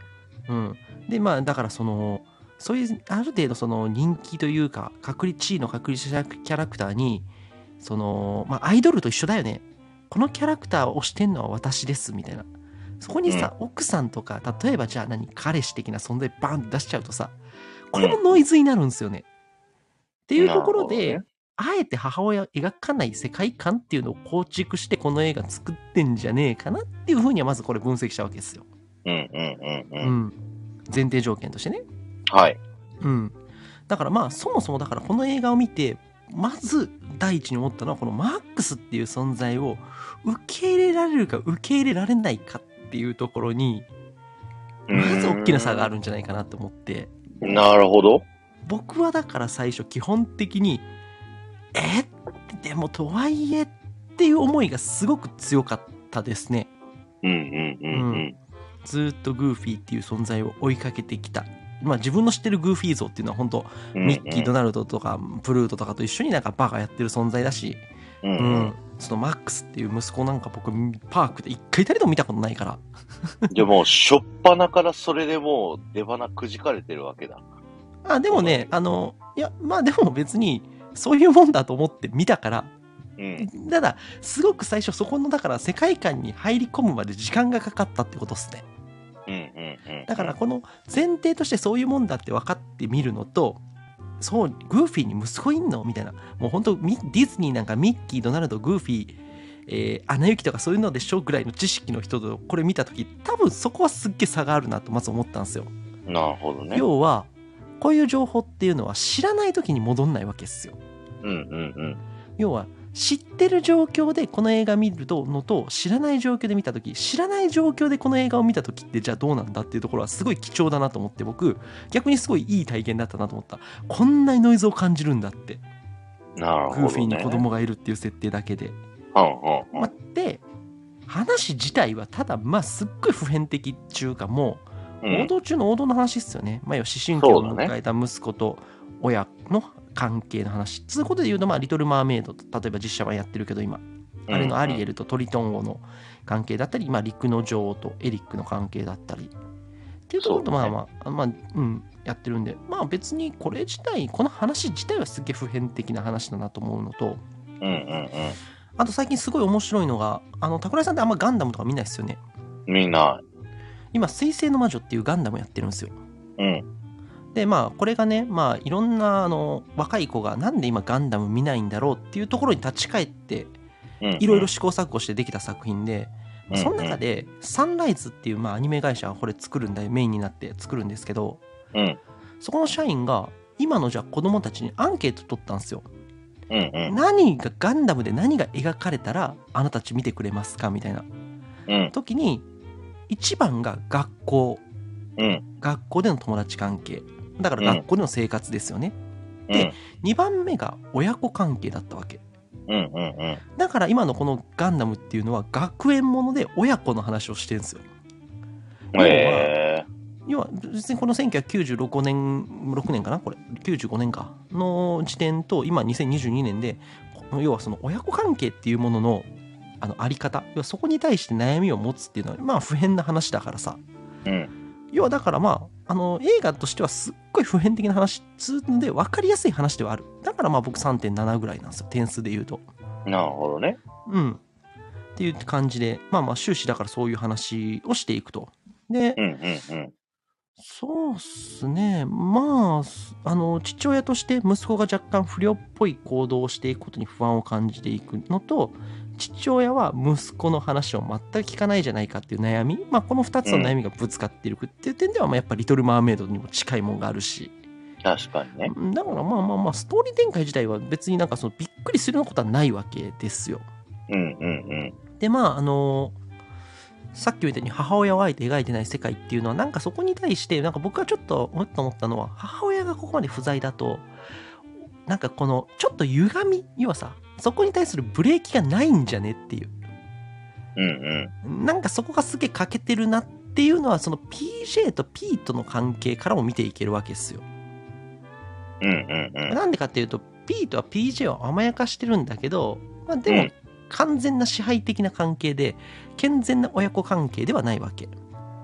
B: うん、でまあだからそのそういうある程度その人気というか隔離地位の隔離したキャラクターにその、まあ、アイドルと一緒だよねこのキャラクターを推してんのは私ですみたいなそこにさ、奥さんとか例えばじゃあ何彼氏的な存在バンって出しちゃうとさこれもノイズになるんですよね、っていうところ
A: な
B: で、
A: る
B: あえて母親を描かない世界観っていうのを構築してこの映画作ってんじゃねえかなっていうふうにはまずこれ分析したわけですよ
A: うんうんうんう。
B: うんん、前提条件としてね、
A: はい。
B: うん、だからまあそもそもだからこの映画を見てまず第一に思ったのはこのマックスっていう存在を受け入れられるか受け入れられないかっていうところにまず大きな差があるんじゃないかなと思って
A: うん。なるほど。
B: 僕はだから最初基本的にえでもとはいえっていう思いがすごく強かったですね
A: うんうんうんうん。
B: ずーっとグーフィーっていう存在を追いかけてきたまあ自分の知ってるグーフィー像っていうのは本当
A: うん
B: ミッキー、ドナルドとかプルートとかと一緒になんかバカやってる存在だし、
A: うん
B: う
A: うん
B: ん、そのマックスっていう息子なんか僕パークで一回たりとも見たことないから
A: でも、しょっぱなからそれでもう出花くじかれてるわけだ。
B: あでもねあのいやまあでも別にそういうもんだと思って見たから
A: うん。
B: ただすごく最初そこのだから世界観に入り込むまで時間がかかったってことっすね
A: うんうんうん。
B: だから、この前提としてそういうもんだって分かってみるのとそうグーフィーに息子いんのみたいなもう本当ミディズニーなんかミッキードナルドグーフィー、えーアナ雪とかそういうのでしょぐらいの知識の人とこれ見た時多分そこはすっげえ差があるなとまず思ったんですよ、
A: なるほどね。
B: 要はこういう情報っていうのは知らない時に戻んないわけですよ
A: うんうんうん。
B: 要は知ってる状況でこの映画見るのと知らない状況で見た時知らない状況でこの映画を見た時ってじゃあどうなんだっていうところはすごい貴重だなと思って僕逆にすごいいい体験だったなと思ったこんなにノイズを感じるんだって
A: なるほど、ね。
B: グーフィーに子供がいるっていう設定だけで。
A: うんうんうん
B: ま。で話自体はただまあすっごい普遍的っていうかもう
A: うん
B: 王道中の王道の話っすよね。まあ、要は思春期
A: そ
B: を
A: うだね
B: 迎えた息子と親の関係の話。つうことで言うと、まあ、リトル・マーメイドと、例えば実写版やってるけど、今、あれのアリエルとトリトン王の関係だったり、まあ、陸の女王とエリックの関係だったり。っていうところと、
A: そう
B: ま
A: だ
B: あ
A: ね
B: まあ、まあ、うん、やってるんで、まあ別にこれ自体、この話自体はすげえ普遍的な話だなと思うのと、
A: うんうんうん。
B: あと最近すごい面白いのが、あの、桜井さんってあんまガンダムとか見ないですよね。
A: みんな、
B: い今、水星の魔女っていうガンダムやってるんですよ。
A: うん。
B: で、まあ、これがね、まあ、いろんな、あの、若い子が、なんで今ガンダム見ないんだろうっていうところに立ち返って、
A: うん。
B: いろいろ試行錯誤してできた作品で、
A: うん
B: その中。で、サンライズっていう、まあ、アニメ会社がこれ作るんだよ、メインになって作るんですけど、
A: うん。
B: そこの社員が、今のじゃあ子供たちにアンケート取ったんですよ。
A: うん。うん。
B: 何がガンダムで何が描かれたらあなたたち見てくれますかみたいな
A: うん。
B: 時に1番が学校
A: うん。
B: 学校での友達関係だから学校での生活ですよね、
A: うん。
B: 2番目が親子関係だったわけ
A: うん。うん。うん。
B: だから今のこのガンダムっていうのは学園もので親子の話をしてるんですよ
A: ええ。
B: 要は別にこの1996年6年かなこれ95年かの時点と今2022年でこ要はその親子関係っていうもののあのあり方要はそこに対して悩みを持つっていうのはまあ普遍な話だからさ
A: うん。
B: 要はだからまああの映画としてはすっごい普遍的な話つうんで分かりやすい話ではあるだからまあ僕3.7ぐらいなんですよ点数で言うと
A: なるほどね。
B: うんっていう感じでまあまあ終始だからそういう話をしていくとで、
A: うん。うん。
B: そうっすね。まあす、あの、父親として息子が若干不良っぽい行動をしていくことに不安を感じていくのと、父親は息子の話を全く聞かないじゃないかっていう悩み、まあ、この2つの悩みがぶつかっているっていう点では、まあ、やっぱ「リトル・マーメイド」にも近いもんがあるし、
A: うん。確かにね。
B: だからまあまあまあ、ストーリー展開自体は別になんかそのびっくりするようなことはないわけですよ。
A: うん。うん。
B: でまああのさっきも言ったように母親をあえて描いてない世界っていうのはなんかそこに対してなんか僕がちょっとうっと思ったのは母親がここまで不在だとなんかこのちょっと歪み要はさそこに対するブレーキがないんじゃねっていう
A: うん。うん。
B: なんかそこがすげえ欠けてるなっていうのはその PJ と P との関係からも見ていけるわけですよ。
A: うん。うん。うん。
B: なんでかっていうと P とは PJ を甘やかしてるんだけど、まあ、で
A: う
B: も
A: ん
B: 完全な支配的な関係で健全な親子関係ではないわけ。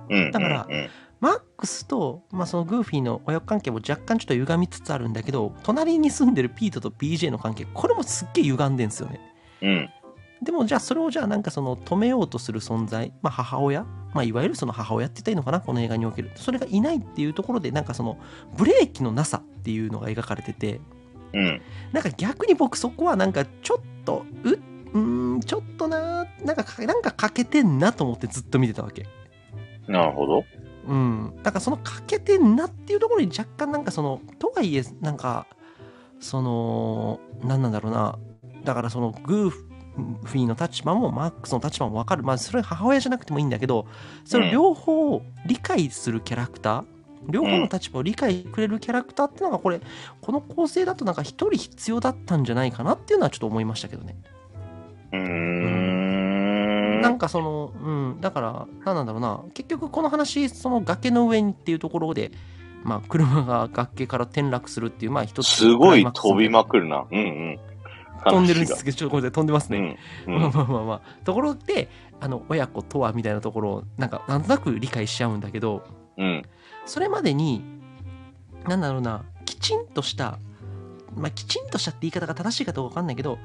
A: うん。
B: だから
A: うん。
B: マックスと、まあ、そのグーフィーの親子関係も若干ちょっと歪みつつあるんだけど隣に住んでるピートと BJ の関係これもすっげえ歪んでんすよね
A: うん。
B: でもじゃあそれをじゃあなんかその止めようとする存在、まあ、母親、まあ、いわゆるその母親って言ったらいいのかなこの映画におけるそれがいないっていうところでなんかそのブレーキのなさっていうのが描かれてて
A: うん。
B: なんか逆に僕そこはなんかちょっとううーんちょっとななんかなんか欠けてんなと思ってずっと見てたわけ
A: なるほど。
B: うん、だからその欠けてんなっていうところに若干なんかそのとはいえなんかその何なんだろうなだからそのグーフィーの立場もマックスの立場も分かるまあそれは母親じゃなくてもいいんだけどそれを両方を理解するキャラクター、両方の立場を理解してくれるキャラクターってのがこれこの構成だとなんか一人必要だったんじゃないかなっていうのはちょっと思いましたけどね。
A: うーん。
B: なんかその、うん、だから、なんなんだろうな、結局この話、その崖の上にっていうところで、まあ、車が崖から転落するっていう、まあ、一つ。
A: すごい飛びまく
B: る。
A: るな。うんうん。
B: 飛んでるんで
A: 話が
B: すけど、ちょっとごめんなさい、飛んでま
A: う
B: すね。
A: ん。う
B: <laughs> まあ
A: ん。
B: まあまあまあ。ところで、あの、親子とはみたいなところを、なんか、なんとなく理解しちゃうんだけど、
A: うん。
B: それまでに、なんだろうな、きちんとした、まあ、きちんとしたって言い方が正しいかどうかわかんないけど、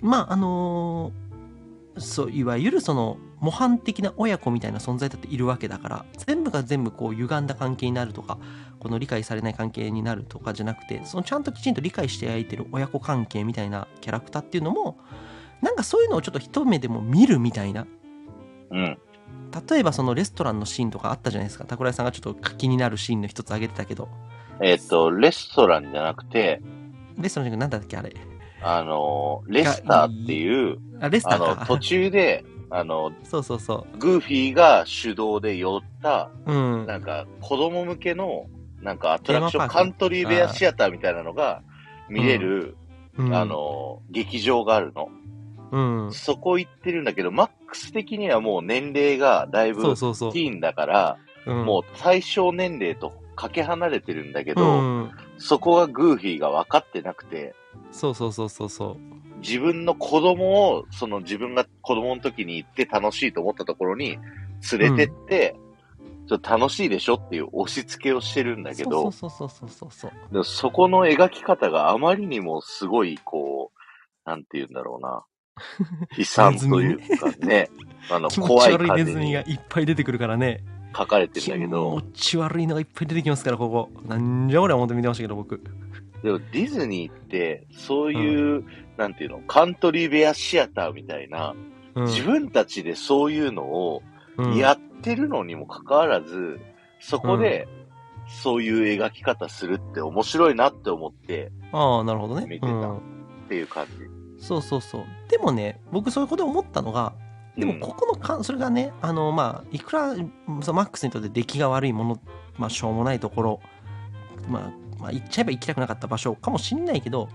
B: まあ、あのーそう、いわゆるその、模範的な親子みたいな存在だっているわけだから、全部が全部こう、歪んだ関係になるとか、この理解されない関係になるとかじゃなくて、そのちゃんときちんと理解して焼いてる親子関係みたいなキャラクターっていうのも、なんかそういうのをちょっと一目でも見るみたいな、
A: うん。
B: 例えばそのレストランのシーンとかあったじゃないですか桜井さんがちょっと気になるシーンの一つ挙げてたけど
A: えっ、と、レストランじゃなくて、
B: レストランじゃなくてなんだっけあれ
A: あの、レスターっていう、
B: あレス
A: あ
B: タ
A: の
B: ー、
A: 途
B: か
A: 中で、あの、
B: <laughs> そうそうそ
A: グーフィーが主導で寄った、
B: ううん
A: なんか、子供向けの、なんか、アトラクション、
B: テーマパー
A: カ
B: ク
A: ントリーベアシアターみたいなのが見れる、
B: うん
A: あの、劇場があるの。
B: うん
A: そこ行ってるんだけど、マックス的にはもう年齢がだいぶ、
B: そうそうそう
A: ティーンだから、
B: うん
A: もう対象年齢とかけ離れてるんだけ
B: う
A: ど、
B: ん
A: そこがグーフィーが分かってなくて、
B: そうそうそうそうそ
A: 自分の子供を、その自分が子供の時に行って楽しいと思ったところに連れてって、ちょっと楽しいでしょっていう押し付けをしてるんだ
B: う
A: け
B: そ
A: ど、
B: うそうそうそうそうそう
A: でもそこの描き方があまりにもすごい、こう、なんて言うんだろう
B: <laughs>
A: な、悲惨というかね、あの、
B: 気持
A: 怖
B: ち
A: い
B: 悪い
A: 感
B: ネ
A: じ
B: ズミ
A: に
B: がいっぱい出てくるからね
A: 書かれてるん
B: 気
A: だけ
B: 持
A: ど、
B: ち悪いのがいっぱい出てきますから、ここ。なんじゃこれ、本当見てましたけど、僕。
A: でもディズニーって、そういう、なんていうの、カントリーベアシアターみたいな、
B: うん
A: 自分たちでそういうのを
B: うん
A: やってるのにもかかわらず、そこで、そういう描き方するって面白いなって思って
B: ああ、なるほどね。
A: 見てた
B: うん
A: っていう感じ。
B: そうそうそう。でもね、僕そういうこと思ったのが、で
A: う
B: も
A: ん
B: ここのか、それがね、あの、まあ、いくら、うんそのマックスにとって出来が悪いもの、まあ、しょうもないところ、まあ、まあ、行っちゃえば行きたくなかった場所かもしんないけど、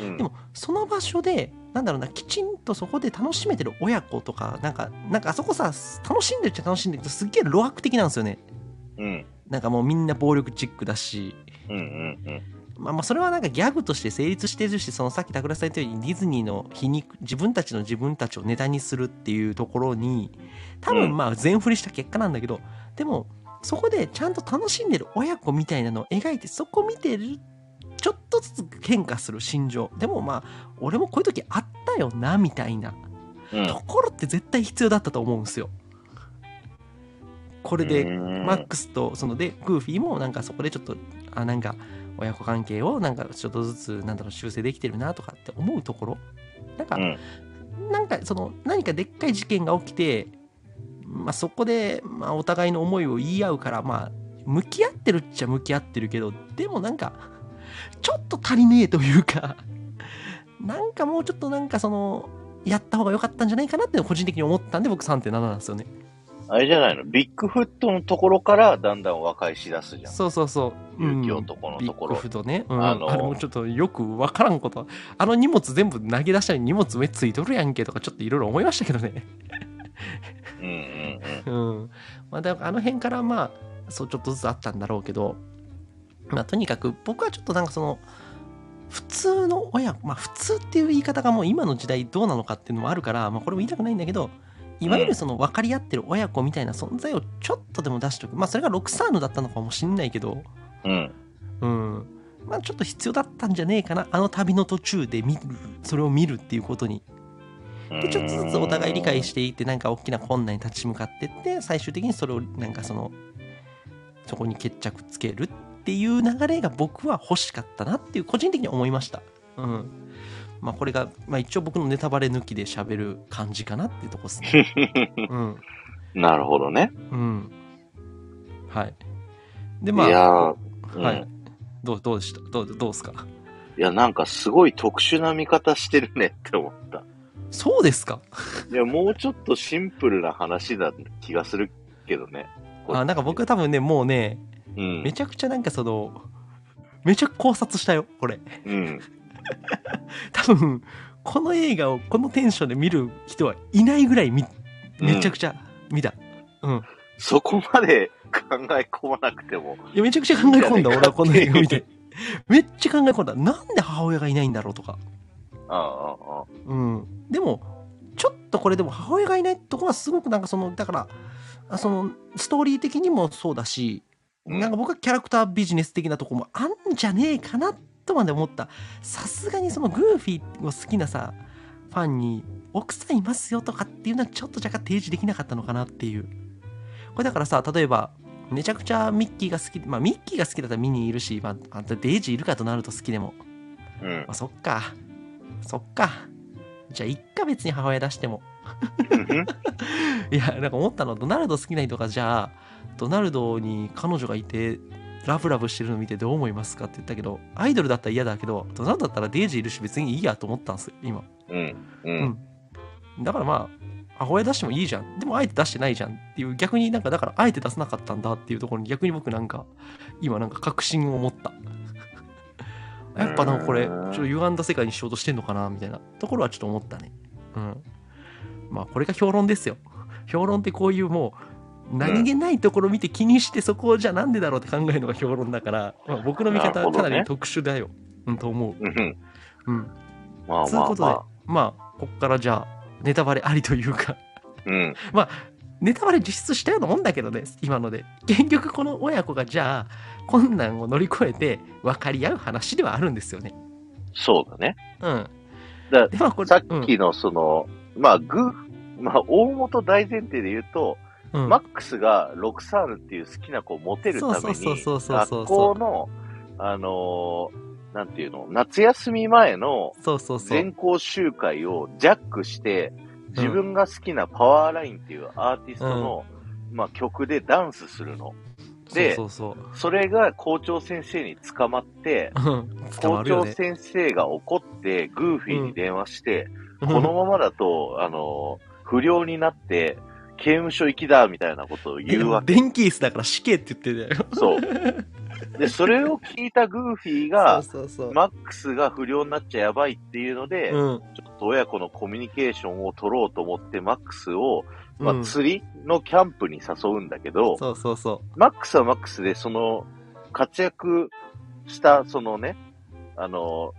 A: うん
B: でも、その場所で、なんだろうな、きちんとそこで楽しめてる親子とか、なんか、なんかあそこさ、楽しんでるっちゃ楽しんでるけど、すっげえ露白的なんですよね。
A: うん、
B: なんかもうみんな暴力チックだし、
A: うん、うん、うん。
B: まあ、まあそれはなんかギャグとして成立してるしそのさっき桜井さん言ったようにディズニーの皮肉自分たちの自分たちをネタにするっていうところに多
A: うん
B: 分まあ全振りした結果なんだけど、でもそこでちゃんと楽しんでる親子みたいなのを描いてそこ見てるちょっとずつ変化する心情でもまあ俺もこういう時あったよなみたいな
A: うん
B: ところって絶対必要だったと思うんですよ。これでマックスとそのでグーフィーもなんかそこでちょっとあなんか親子関係をなんかちょっとずつなんだろう修正できてるなとかって思うところなんか、
A: うん
B: なんかその何かでっかい事件が起きて、まあ、そこで、まあ、お互いの思いを言い合うからまあ向き合ってるっちゃ向き合ってるけどでもなんかちょっと足りねえというか <laughs> なんかもうちょっとなんかそのやった方が良かったんじゃないかなって個人的に思ったんで僕3.7なんですよね
A: あれじゃないのビッグフットのところからだんだん和解しだすじゃん。
B: そうそうそう、う
A: 勇
B: ん
A: 気男の
B: ビ
A: と
B: ッ
A: こ
B: グ
A: ろ
B: フ。とね、うん
A: あ
B: あ
A: の
B: れもちょっとよくわからんことあの荷物全部投げ出したり荷物上ついとるやんけとかちょっといろいろ思いましたけどね <laughs>
A: うんうんうん。
B: うんまあだからあの辺からまあそうちょっとずつあったんだろうけどまあとにかく僕はちょっとなんかその普通の親子まあ普通っていう言い方がもう今の時代どうなのかっていうのもあるから、まあ、これも言いたくないんだけどいわゆるその分かり合ってる親子みたいな存在をちょっとでも出しておくまあそれがロクサーヌだったのかもしんないけど
A: うん。
B: うん、まあちょっと必要だったんじゃねえかなあの旅の途中で見るそれを見るっていうことにでちょっとずつお互い理解していってなんか大きな困難に立ち向かってって最終的にそれをなんかそのそこに決着つけるっていう流れが僕は欲しかったなっていう個人的に思いましたうんまあこれが、まあ、一応僕のネタバレ抜きで喋る感じかなっていうとこですねうん
A: なるほどね。
B: うんはいでまあ
A: いやーうん
B: はい、どうどうでしたどうどうですか
A: いや、なんかすごい特殊な見方してるねって思った。
B: そうですか
A: いや、もうちょっとシンプルな話だ気がするけどね。
B: あなんか僕は多分ねもうね
A: うん。
B: めちゃくちゃなんかそのめちゃ考察したよこれ <laughs>
A: うん。
B: 多分この映画をこのテンションで見る人はいないぐらいみめちゃくちゃ見た、うん
A: そこまで考え込まなくても。
B: いやめちゃくちゃ考え込んだ
A: いいじゃねえか
B: 俺はこの映画
A: <laughs>
B: 見てめっちゃ考え込んだなんで母親がいないんだろうとか
A: ああ、ああ、
B: うんでもちょっとこれでも母親がいないとこはすごくなんかそのだからあそのストーリー的にもそうだし
A: うん
B: なんか僕はキャラクタービジネス的なとこもあんじゃねえかなとまで思ったさすがにそのグーフィーを好きなさファンに奥さんいますよとかっていうのはちょっと若干提示できなかったのかなっていうこれだからさ例えばめちゃくちゃミッキーが好きまあミッキーが好きだったらミニーいるし、まあ、あんたデイジーいるかとなると好きでも
A: うん
B: まあ、。そっかそっかじゃあいっか別に母親出してもいやなんか思ったのドナルド好きな人がじゃあドナルドに彼女がいてラブラブしてるの見てどう思いますかって言ったけどアイドルだったら嫌だけどドナルドだったらデイジーいるし別にいいやと思ったんですよ今
A: うん。う。
B: うんんだからまあ母親出してもいいじゃんでもあえて出してないじゃんっていう逆になんかだからあえて出さなかったんだっていうところに逆に僕なんか今なんか確信を持ったやっぱなんかこれちょっと歪んだ世界にしようとしてんのかなみたいなところはちょっと思ったねうんまあこれが評論ですよ <laughs> 評論ってこういうもう何気ないところ見て気にしてそこをじゃあなんでだろうって考えるのが評論だから、まあ、僕の見
A: な
B: 方
A: るほど
B: は
A: ね
B: かなり特殊だよ、うんと思
A: うん。
B: ううん
A: まあ
B: そうい
A: ま
B: う
A: あ
B: ことで、
A: ま
B: まあ、こっからじゃあ、ネタバレありというか、
A: あ。うん。
B: ネタバレ実質したようなもんだけどね、今ので。結局、この親子がじゃあ、困難を乗り越えて分かり合う話ではあるんですよね。
A: そうだね。
B: うん。
A: だ
B: でまあこれ
A: さっきのその、まあ、ぐ、まあ、大元大前提で言うと、
B: うん
A: マックスがロクサーヌっていう好きな子をモテるために、
B: そうそうそうそうそうそう
A: 学校の、あのーなんていうの、夏休み前の
B: そうそうそう。
A: 全校集会をジャックして、自分が好きなパワーラインっていうアーティストの、まあ、曲でダンスするの。で
B: そうそうそう
A: それが校長先生に捕まって、
B: うん。捕ま
A: 校
B: るよ
A: 長
B: ね。
A: 先生が怒って、グーフィーに電話して、このままだと、あの、不良になって、刑務所行きだ、みたいなことを
B: で
A: 言うわけ。
B: 電気椅子だから死刑って言ってたよ。
A: そう。で、それを聞いたグーフィーが、
B: そうそうそう。
A: マックスが不良になっちゃやばいっていうので、
B: うん。
A: ちょっと親子のコミュニケーションを取ろうと思って、マックスを、ま
B: う
A: あ、
B: ん
A: 釣りのキャンプに誘うんだけど、
B: そうそうそ
A: マックスはマックスで、その、活躍した、そのね、あの、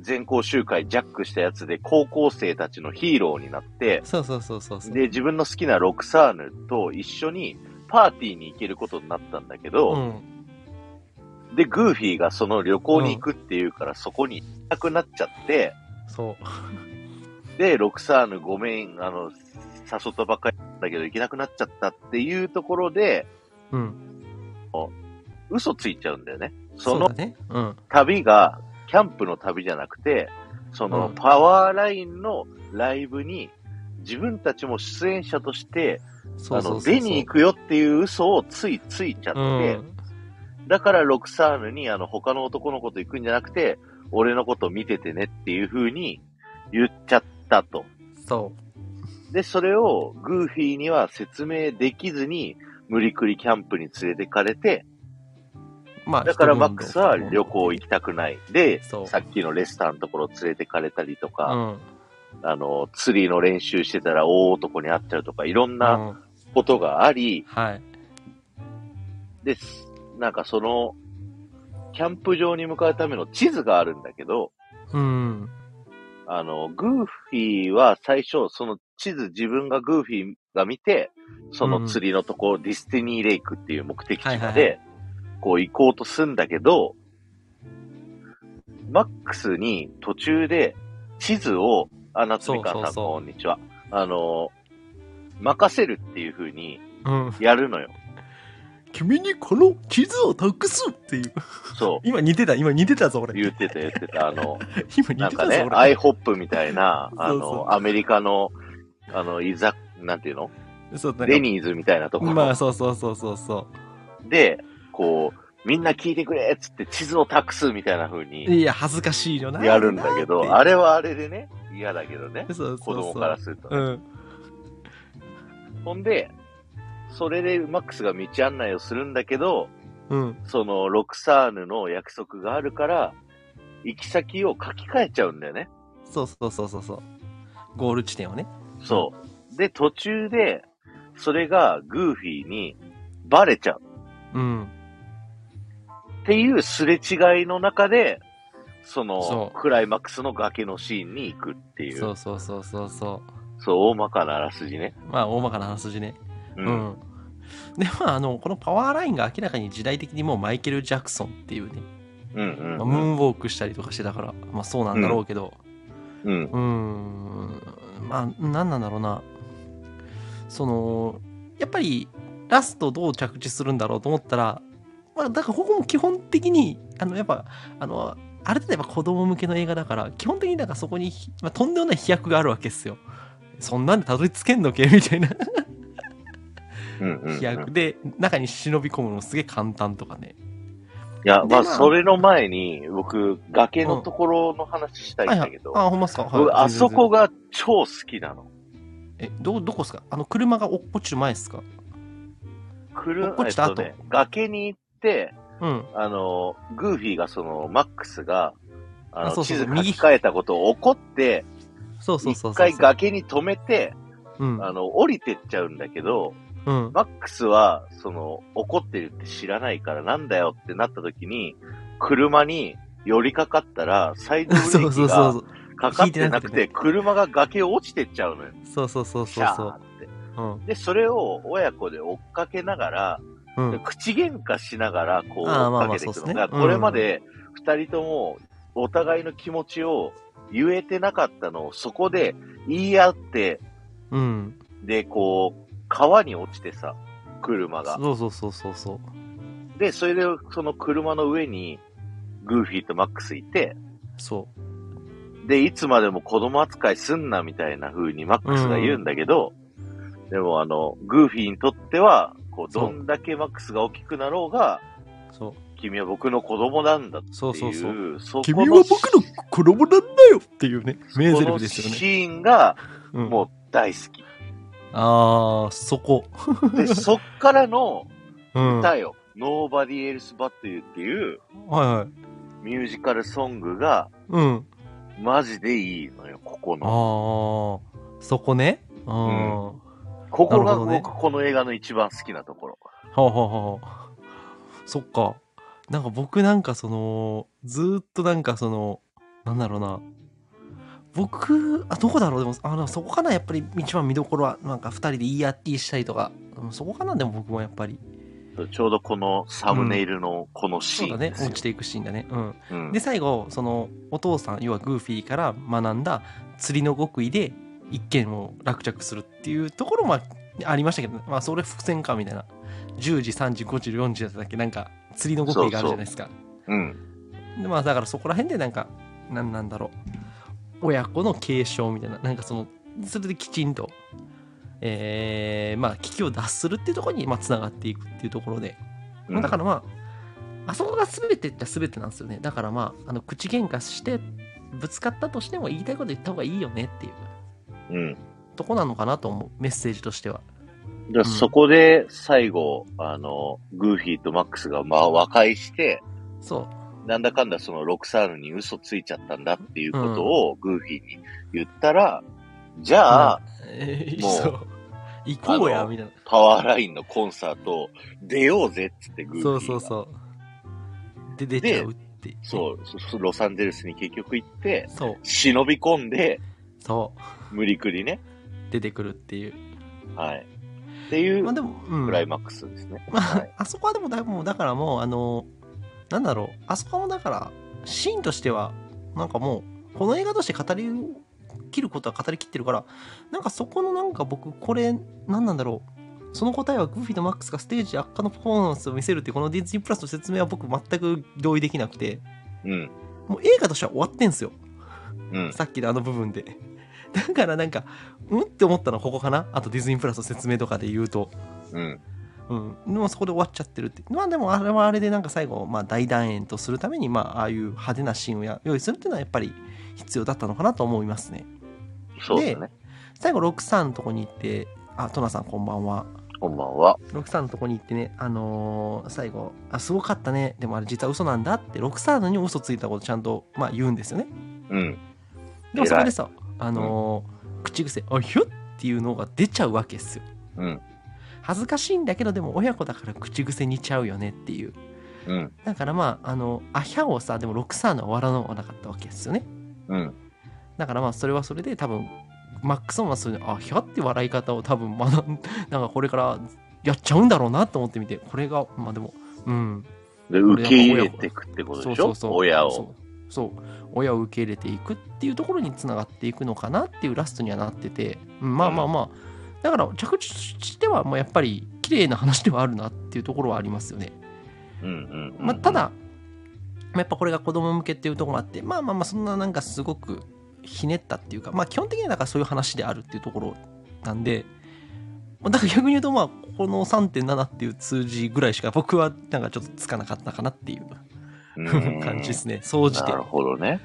A: 全校集会ジャックしたやつで、高校生たちのヒーローになって
B: う。、そうそうそうそうそう。
A: で、自分の好きなロクサーヌと一緒にパーティーに行けることになったんだけ
B: う
A: ど、
B: ん。
A: で、グーフィーがその旅行に行くっていうから、そこに行きたくなっちゃって、
B: そう。
A: で、ロクサーヌごめん、あの、誘ったばっかりだけど行けなくなっちゃったっていうところで、
B: うん。
A: 嘘ついちゃうんだよね。そ
B: そう
A: の
B: だね。うん。
A: 旅が、キャンプの旅じゃなくて、そうの
B: ん
A: パワーラインのライブに自分たちも出演者として、
B: そう
A: あ
B: そ
A: の、
B: うそうそう。
A: 出に行くよっていう嘘をついついちゃっ
B: う
A: て、
B: ん。
A: だからロクサーヌにあの他の男の子と行くんじゃなくて、俺のこと見ててねっていう風に言っちゃったと。
B: そ
A: で、それをグーフィーには説明できずに、無理くりキャンプに連れてかれて、
B: う。まあ、
A: だから
B: 一
A: マ
B: 問
A: ッ
B: の
A: クスは旅行行きたくない。で、
B: そう
A: さっきのレスターのところ連れてかれたりと
B: う
A: か、
B: ん。
A: あの、釣りの練習してたら大男に会っちゃうとか、いろんな
B: うん
A: ことがあり、
B: はい。
A: で、なんかその、キャンプ場に向かうための地図があるんだけど、
B: うん。
A: あの、グーフィーは最初、その地図自分がグーフィーが見て、その釣りのとこ、ディスティニーレイクっていう目的地
B: はい
A: ま
B: はいは
A: で、こう行こうとすんだけど、マックスに途中で地図を、あ、夏みかんさん
B: そうそうそう
A: こんにちは。あの、任せるっていう風に
B: うん。
A: やるのよ。
B: 君にこの地図を託すっていう。
A: そ
B: 今似てた、今似てたぞ、
A: う。
B: 俺。
A: 言ってた言ってた。あ
B: <laughs>
A: の、
B: 今似
A: なん
B: て
A: か
B: たぞ
A: ね、、
B: 俺。
A: iHop みたいな、あ
B: そうそう
A: の、アメリカの、あの、いざ、なんていうの
B: そう、なんか
A: デニーズみたいなところ
B: まあ、そうそうそうそうそ
A: で、こう、みんな聞いてくれっつって地図を託すみたいな風
B: う。
A: に
B: いや、恥ずかしいよな。
A: やるんだけ
B: なん
A: ど、
B: か
A: あれはあれでね、嫌だけどね、
B: そうそうそう。
A: 子供からすると。
B: うん。
A: ほんで、それでマックスが道案内をするんだけど、
B: うん。
A: そのロクサーヌの約束があるから、行き先を書き換えちゃうんだよね。
B: そうそうそうそうそう。ゴール地点をね。
A: そう。で、途中で、それがグーフィーにバレちゃう。
B: うん。
A: っていうすれ違いの中で、その
B: そう
A: クライマックスの崖のシーンに行くっていう、
B: そうそうそうそうそ
A: そう大まかなあらすじね。
B: う。まあ、大まかな話ね。
A: う。
B: うんん。で、まあ、あの、このパワーラインが明らかに時代的にもうマイケル・ジャクソンっていうね、
A: うん
B: まあ、
A: う
B: ムー
A: ん
B: ンウォークしたりとかしてたから、まあそうなんだろうけど、
A: うん。うん。
B: うーん、まあ、なんなんだろうな。その、やっぱり、ラストどう着地するんだろうと思ったら、まあ、だからここも基本的に、あの、やっぱ、あの、ある程度やっぱ子供向けの映画だから、基本的になんかそこに、まあ、とんでもない飛躍があるわけですよ。そんなんでたどり着けんのけ <laughs> みたいな
A: うんうんうん
B: 飛躍で、中に忍び込むのすげえ簡単とかね。
A: いや、まあ、
B: でまあ
A: それの前に、僕、崖のところの話したいんだけど、
B: あ、ほんまっすか。はい
A: 僕、あそこが超好きなの。
B: え、ど、どこっすかあの、車が落っこちる前っすか
A: 車、
B: 落っこ
A: えっ
B: ちた
A: と
B: 後
A: ね、崖に行って、
B: うん。
A: あの、グーフィーが、その、マックスが、あの
B: あそうそ
A: 地
B: う
A: 図書
B: 右
A: き換えたことを怒って、
B: そうそうそうそう。
A: 一回崖に止めて、
B: うん。
A: あの、降りてっちゃうんだけど、
B: うん。
A: マックスは、その、怒ってるって知らないからなんだよってなった時に、車に寄りかかったら、サイドブレ
B: そう
A: ー
B: そ
A: キ
B: うそうそ
A: が
B: う。
A: かかってなく
B: 聞いてなくて
A: て、車が崖落ちてっちゃうのよ。
B: そうそうそう
A: シ
B: そう
A: ャ
B: そ
A: ーっ
B: う。
A: て。
B: うん。
A: で、それを親子で追っかけながら、
B: うん。
A: 口喧嘩しながら、こう、
B: あ
A: 追
B: ーまあ
A: っ
B: ま
A: か
B: あ
A: けていく
B: そうっ
A: の
B: すね
A: が、
B: うん
A: これまで二人とも、お互いの気持ちを言えてなかったのを、そこで言い合って、
B: うん。
A: で、こう、川に落ちてさ、車が。
B: そうそうそうそうそう。
A: で、それで、その車の上に、グーフィーとマックスいて、
B: そ
A: で、いつまでも子供扱いすんなみたいな風にマックスが言うんだけど、でもあの、グーフィーにとっては、こう、
B: そ
A: ど
B: うん
A: だけマックスが大きくなろうが、
B: う。そう。
A: 君は僕の子供なんだっていう、
B: そうそうそう。
A: そこの
B: 君は僕の子供なんだよっていうね、名台詞ですよ
A: この
B: ね。
A: シーンが、
B: うん
A: もう大好
B: <laughs>
A: き。
B: ああ、そこ。
A: で、そっからの
B: うん。は
A: 歌
B: い
A: よ、Nobody Else But You っていう
B: はい。
A: ミュージカルソングが、
B: うん。
A: マジでいいのよ、ここ
B: あ
A: の。
B: あ、そこね。うん。
A: ん
B: は
A: ここ
B: な
A: が
B: るほどね
A: 僕、この映画の一番好きなところ。
B: あはあはあ。そっか。なんか僕なんかその、ずーっとなんかその、なんだろうな。僕、あ、どこだろうでも、あの、そこかなやっぱり一番見どころは、なんか二人で言い合ってしたりとか、うんそこかなでも僕もやっぱり。
A: ちょうどこのサムネイルのこのシ
B: そう
A: ー
B: だ
A: ン
B: ね
A: で。すよ
B: 落ちていくシーンだね。うん。
A: うん
B: で最後そのお父さん要はグーフィーから学んだ釣りの極意で一件を落着するっていうところもあありましたけど、まあそれ伏線かみたいな10時3時5時4時だったっけなんか釣りの極意があるじゃないですか
A: うん。
B: でまあだからそこら辺でなんかなんなんだろう親子の継承みたいななんかそのそれできちんとえーまあ危機を脱するっていうところにまあつながっていくっていうところでまあだからまあ、あそこが全てっちゃ全てなんですよね。だからまあ、あの口喧嘩して、ぶつかったとしても言いたいこと言った方がいいよねっていう
A: うん。
B: とこなのかなと思う、メッセージとしては。
A: じゃあ
B: うん
A: そこで最後、あの、グーフィーとマックスがまあ和解して、
B: そう。
A: なんだかんだそのロクサールに嘘ついちゃったんだっていうことをグーフィーに言ったら、じゃあ、
B: <laughs> えー、
A: もう
B: そう。行こう
A: あ
B: や、
A: の
B: みたいな。
A: パワーラインのコンサート出ようぜっつってグーフィー
B: そ
A: が。
B: うそうそう。で、出ちゃうっていう。
A: そう。そそロサンゼルスに結局行って、
B: そう。
A: 忍び込んで、
B: そう。
A: 無理くりね。
B: 出てくるっていう。
A: はい。っていう
B: まあでも、うん。
A: クライマックスですね。
B: ま
A: は
B: あ
A: い、
B: あそこはでもだいぶもうだからもうあのなんだろうあそこもだからシーンとしてはなんかもうこの映画として語り切ることは語り切ってるからなんかそこのなんか僕これ何なんだろうその答えはグーフィーとマックスがステージ悪化のパフォーマンスを見せるっていうこのディズニープラスの説明は僕全く同意できなくて
A: うん。
B: もう映画としては終わってんすよ
A: うん。
B: さっきのあの部分でだからなんかうんって思ったのはここかなあとディズニープラスの説明とかで言うと
A: うん。
B: うん、もうそこで終わっちゃってるってまあでもあれはあれでなんか最後、まあ、大団円とするためにまあああいう派手なシーンをや用意するっていうのはやっぱり必要だったのかなと思いますね
A: そうだね。
B: 最後63のとこに行ってあトナさんこんばんは
A: こんばんは。
B: 63のとこに行ってねあのー最後あすごかったねでもあれ実は嘘なんだって63のに嘘ついたことちゃんとまあ言うんですよね
A: うん。
B: でもそこでさあのー口癖あひゅっていうのが出ちゃうわけですよ
A: うん。
B: 恥ずかしいんだけどでも親子だから口癖にちゃうよねっていう
A: うん。
B: だからまああのアヒャをさでも6サーの終わらのはなかったわけですよね
A: うん。
B: だからまあそれはそれで多分マックスもそういうアヒャって笑い方を多分学んなんかこれからやっちゃうんだろうなと思ってみてこれがまあでもうん
A: で、受け入れていくってことでしょ親を。
B: そうそう親を受け入れていくっていうところにつながっていくのかなっていうラストにはなってて、うんまあまあまあ、だから着地としてはもうやっぱり綺麗な話ではあるなっていうところはありますよね
A: うんうんうん。
B: まあ、ただ、まあやっぱこれが子供向けっていうところもあってまあまあまあそんななんかすごくひねったっていうかまあ基本的にはだからそういう話であるっていうところなんでまあだから逆に言うとまあこの3.7っていう数字ぐらいしか僕はなんかちょっとつかなかったかなっていう
A: うん、
B: 感じですね総じて
A: なるほどね。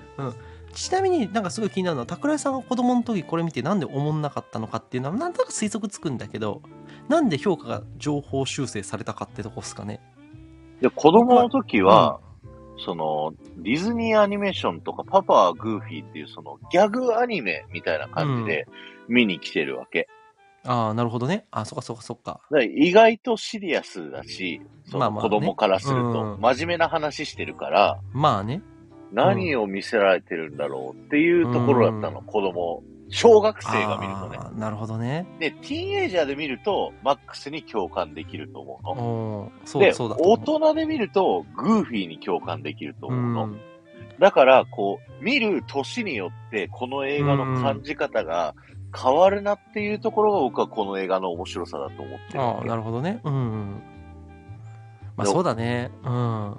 B: ちなみになんかすごい気になるのは桜井さんが子供の時これ見てなんで思んなかったのかっていうのはなんとなく推測つくんだけどなんで評価が情報修正されたかってとこっすかね
A: で、子供の時は、その、ディズニーアニメーションとか、パパはグーフィーっていう、その、ギャグアニメみたいな感じで、見に来てるわけ。
B: ああなるほどねあそっかそっかそっか
A: だから意外とシリアスだし、そ
B: まあ
A: の
B: ま
A: 子
B: あね
A: 供からすると
B: う、ん
A: 真面目な話してるから、
B: まあね
A: 何を見せられてるんだろうっていうところだったの、
B: うん
A: 子供。小学生が見るとね。
B: あーなるほどね。
A: で、ティーンエイジャーで見ると、マックスに共感できると思うの。
B: おーそう
A: で、
B: そうだと
A: 大
B: 思う。
A: 人で見ると、グーフィーに共感できると思うの。
B: うん
A: だから、こう、見る年によって、この映画の感じ方が変わるなっていうところが僕はこの映画の面白さだと思ってるわ
B: ああ、
A: け
B: なるほどね。うんうん。まあ
A: でも
B: そうだね。うん。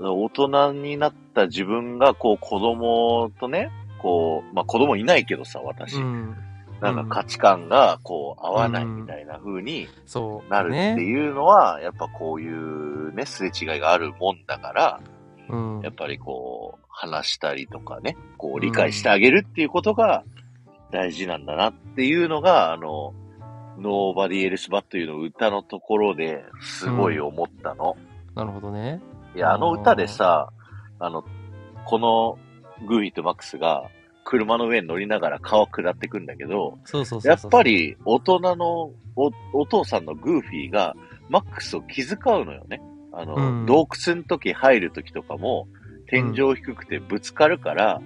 A: 大人になった自分がこう子供とね、こう、まあ子供いないけどさ、私。
B: うん。
A: なんか価値観がこう合わないみたいな風に
B: そう。
A: なるって
B: ね。
A: いうのは、やっぱこういうね、すれ違いがあるもんだから、
B: うん
A: やっ。ぱりこう、話したりとかね、こう理解してあげるっていうことが大事なんだなっていうのが、あの、Nobody Else But というの歌のところですごい思ったの。
B: なるほどね。
A: いや、あの歌でさ、あの、このグーフィーとマックスが車の上に乗りながら川下ってくんだけど、
B: そうそうそう
A: やっ
B: そう。
A: ぱり大人のおお父さんのグーフィーがマックスを気遣うのよね。あの、
B: うん
A: 洞窟の時入る時とかも天井低くてぶつかるから、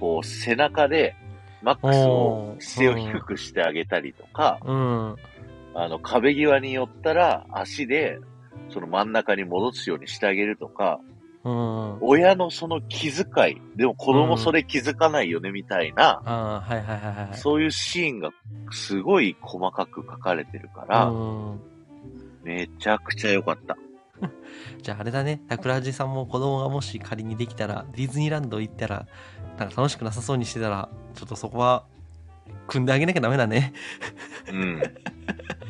A: こう背中でマックス
B: お
A: を
B: ー
A: 姿勢を低くしてあげたりとか、
B: うん。
A: あの壁際に寄ったら足でその真ん中に戻すようにしてあげるとか、
B: うん。
A: 親のその気遣い、でも子供それ気づかないよねみたいな、
B: ああ、はいはいはいはいはい。
A: そういうシーンがすごい細かく書かれてるから、
B: うん。
A: めちゃくちゃ良かった。
B: じゃああれだね、桜地さんも子供がもし仮にできたら、ディズニーランド行ったら、なんか楽しくなさそうにしてたら、ちょっとそこは、組んであげなきゃダメだね。 <laughs>
A: うん。い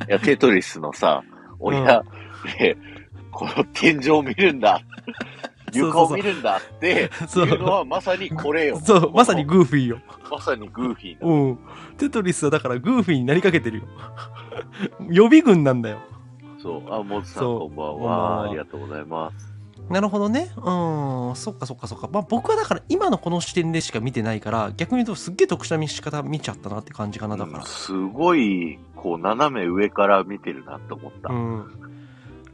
A: や、テトリスのさ、親、で、この天井を見るん
B: <laughs>
A: だ、床を見るんだって、
B: そ
A: いうの
B: う。
A: はまさにこれよ。
B: そう、まさにグーフィーよ。
A: まさにグーフィーな。
B: うん。テトリスはだからグーフィーになりかけてるよ。 <laughs> 予備軍なんだよ。
A: そう。あ、モズさん
B: そう
A: こんばん
B: こんばんは
A: は。ありがとうございます。
B: なるほどね。うん。そっかそっかそっか。まあ僕はだから今のこの視点でしか見てないから、逆に言うとすっげえ特殊な見し方見ちゃったなって感じかな、だから
A: うん。すごい、こう、斜め上から見てるなって思った。
B: うん、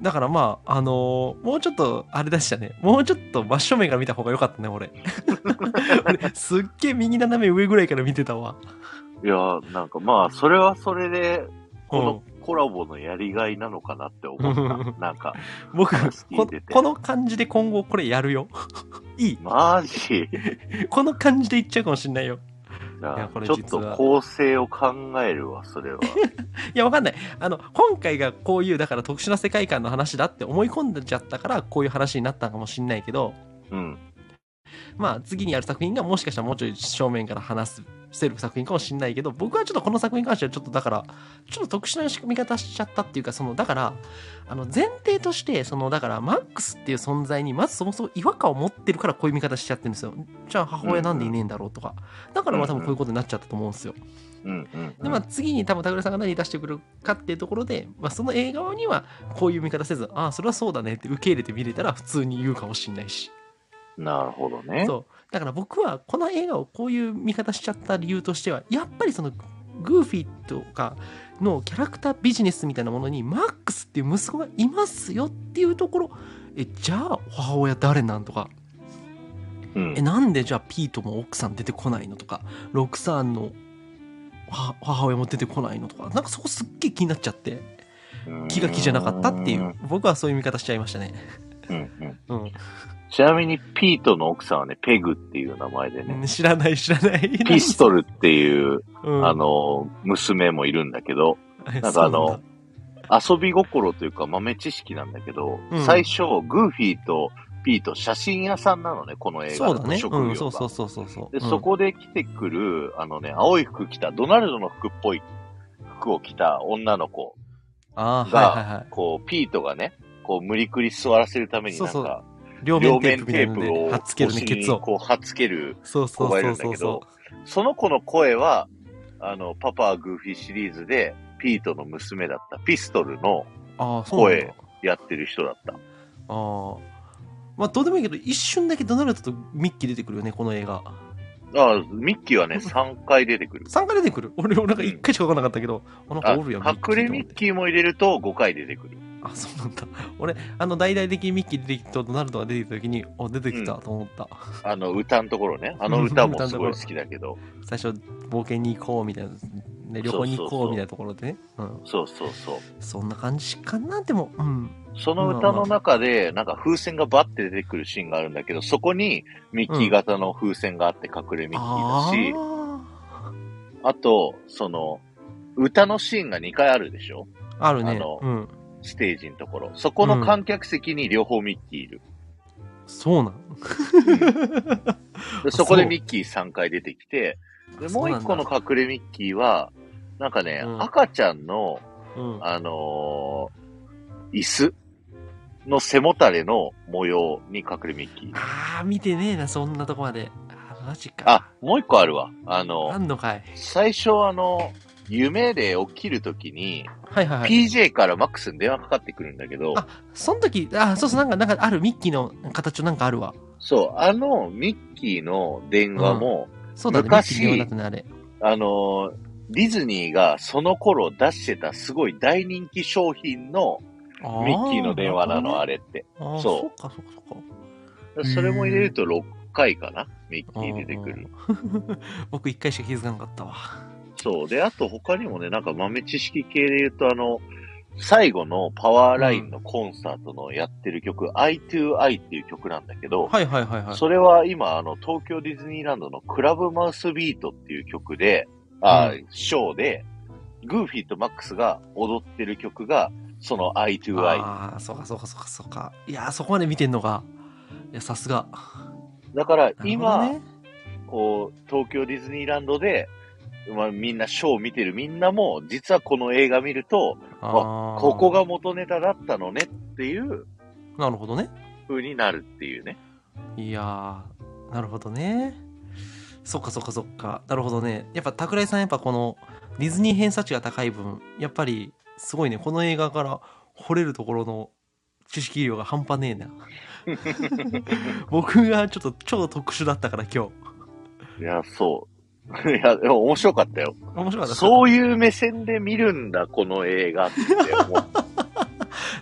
B: だからまああのーもうちょっとあれでしたねもうちょっと真正面から見た方が良かったね <laughs> 俺俺すっげえ右斜め上ぐらいから見てたわ
A: いやー、なんかまあ、それはそれで、この
B: う
A: コラボのやりがいなのかなって思った。なんか、
B: 僕
A: 話聞い
B: こ
A: てて
B: この感じで今後これやるよいい
A: マジ
B: この感じでいっちゃうかもしんないよ
A: じゃ
B: いや
A: あ
B: これ
A: ちょっ
B: 実
A: と
B: は
A: 構成を考えるわ、そ
B: <laughs>
A: れは。
B: いやわかんないあの今回がこういうだから特殊な世界観の話だって思い込んじゃったからこういう話になったのかもしんないけど
A: うん。
B: まあ次にやる作品がもしかしたらもうちょい正面から話すせる作品かもしれないけど僕はちょっとこの作品に関してはちょっとだからちょっと特殊な仕組み方しちゃったっていうかそのだからあの前提としてそのだからマックスっていう存在にまずそもそも違和感を持ってるからこういう見方しちゃってるんですよじゃあ母親なんでいねえんだろうとかだからまあ多分こういうことになっちゃったと思うんですよ
A: うんうん、う
B: で
A: ん。
B: まあ次に多分田倉さんが何出してくるかっていうところで、まあ、その映画にはこういう見方せずああそれはそうだねって受け入れて見れたら普通に言うかもしれないし
A: なるほどね。
B: そうだから僕はこの映画をこういう見方しちゃった理由としてはやっぱりそのグーフィーとかのキャラクタービジネスみたいなものにマックスっていう息子がいますよっていうところえじゃあ母親誰なんとか
A: うん
B: <laughs> えなんでじゃあピートも奥さん出てこないのとかロクサーンのは母親も出てこないのとかなんかそこすっげえ気になっちゃって気が気じゃなかったっていう僕はそういう見方しちゃいましたね
A: うんうん
B: うん
A: ちなみに、ピートの奥さんはね、ペグっていう名前でね、
B: 知らない知らない
A: ピストルっていう、
B: <laughs> うん
A: あの、娘もいるんだけど、
B: え
A: なん
B: そう
A: かあの遊び心というか豆知識なんだけど、
B: うん
A: 最初、グーフィーとピート写真屋さんなのね、この映画
B: そう
A: の
B: だね。
A: 職業が、
B: うん、そうそうそうそうそう。
A: で、
B: うん
A: そこで来てくる、あのね、青い服着た、ドナルドの服っぽい服を着た女の子、
B: ああ、
A: が
B: はいはいは
A: こう、ピートがね、こう、無理くり座らせるためになんか、
B: そうそうい。両
A: 両
B: 面テー
A: 面
B: プみた
A: テープを
B: いなので、はっつけるね、
A: 腰に
B: ケツを。
A: こう、はっつける、
B: そうそう
A: 加え
B: そ
A: る
B: うん
A: だ
B: そう
A: けど
B: そ
A: その子の声は、あの、パパはグーフィーシリーズで、ピートの娘だった、ピストルの
B: う。ああ、そうなんだ
A: 声。やってる人だった。
B: ああ。まあ、どうでもいいけど、一瞬だけドナルドとミッキー出てくるよね、この映画。
A: ああ、ミッキー <laughs> はね、3回出てくる。
B: 3回出てくる。 <laughs> 俺、俺なんか1回しか分からなかったけど、あなん
A: あ
B: かおるやん、
A: 隠れミッキーも入れると5回出てくる。
B: ー。あ、そうなんだ。俺、あの、大々的にミッキー出てきて、ドナルドが出てきた時に、お、出てきたと思った。
A: あの、歌のところね。あの歌もすごい好きだけど。
B: 最初、冒険に行こうみたいな、ね、旅行に行こうみたいなところでね。うん。
A: そうそうそう。
B: そんな感じかな、でも、うん。
A: その歌の中で、なんか風船がバッて出てくるシーンがあるんだけど、そこにミッキー型の風船があって隠れミッキーだし、
B: あ
A: あと、その、歌のシーンが2回あるでしょ
B: あ
A: あ
B: るね
A: の。
B: うん。
A: ステージのところ。そこの観客席に両方ミッキーいる。
B: そうなん。
A: でそこでミッキー3回出てきて、で
B: あ
A: もう1個の、隠れミッキーは、なんかね、
B: うん
A: 赤ちゃんの、
B: そうなんだ
A: あのー椅子の背もたれの模様に隠れミッキ
B: う
A: ー
B: ん。。ああ、見てねえな、そんなとこまで。あーマジか。
A: あ、もう1個あるわ。あ
B: あ
A: の、
B: んのかい。
A: 最初あの、夢で起きるときに、
B: はいはいはい。
A: PJ からマックスに電話かかってくるんだけど、
B: あ、その時、あ、そうそう、なんか、なんかあるミッキーの形のなんかあるわ。
A: そう、あのミッキーの電話も、
B: そうだね、ミッキ
A: 昔
B: ーのようだったね、あれ。
A: あの、ディズニーがその頃出してたすごい大人気商品の
B: ミ
A: ミッキーの電話なの、あれって。
B: あー
A: そう
B: そうか、そうか、そうか。
A: それも入れると6回かなミッキー出てくるの。
B: うん。僕一回しか気づかなかったわ。
A: そう。で、あと他にもね、なんか豆知識系で言うと、あの、最後のパワーラインのコンサートのやってる曲、I to I っていう曲なんだけど、
B: はいはいはいはい。
A: それは今、あの、東京ディズニーランドのクラブマウスビートっていう曲で、あーショーで、グーフィーとマックスが踊ってる曲が、その I to I。
B: ああ、そうかそうかそうかそうか。いやー、そこまで見てんのか。いや、さすが。
A: だから
B: なるほど
A: 今、
B: ね、
A: こう、東京ディズニーランドで、まあ、みんなショーを見てるみんなも、実はこの映画見ると、
B: あー
A: ここが。元ネタだったのねっていう
B: なるほどね。
A: 風になるっていうね。
B: いやー、なるほどね。そっかそっかそっか。なるほどね。やっぱ、桜井さん、やっぱこの、ディズニー偏差値が高い分、やっぱり、すごいね。この映画から惚れるところの知識量が半端ね
A: <laughs>
B: えな。僕がちょっと超特殊だったから、今日。
A: いや、そう。 <laughs> いや、でも面白かったよ。
B: 面白かった。
A: そういう目線で見るんだ、この映画って思
B: <laughs>
A: っ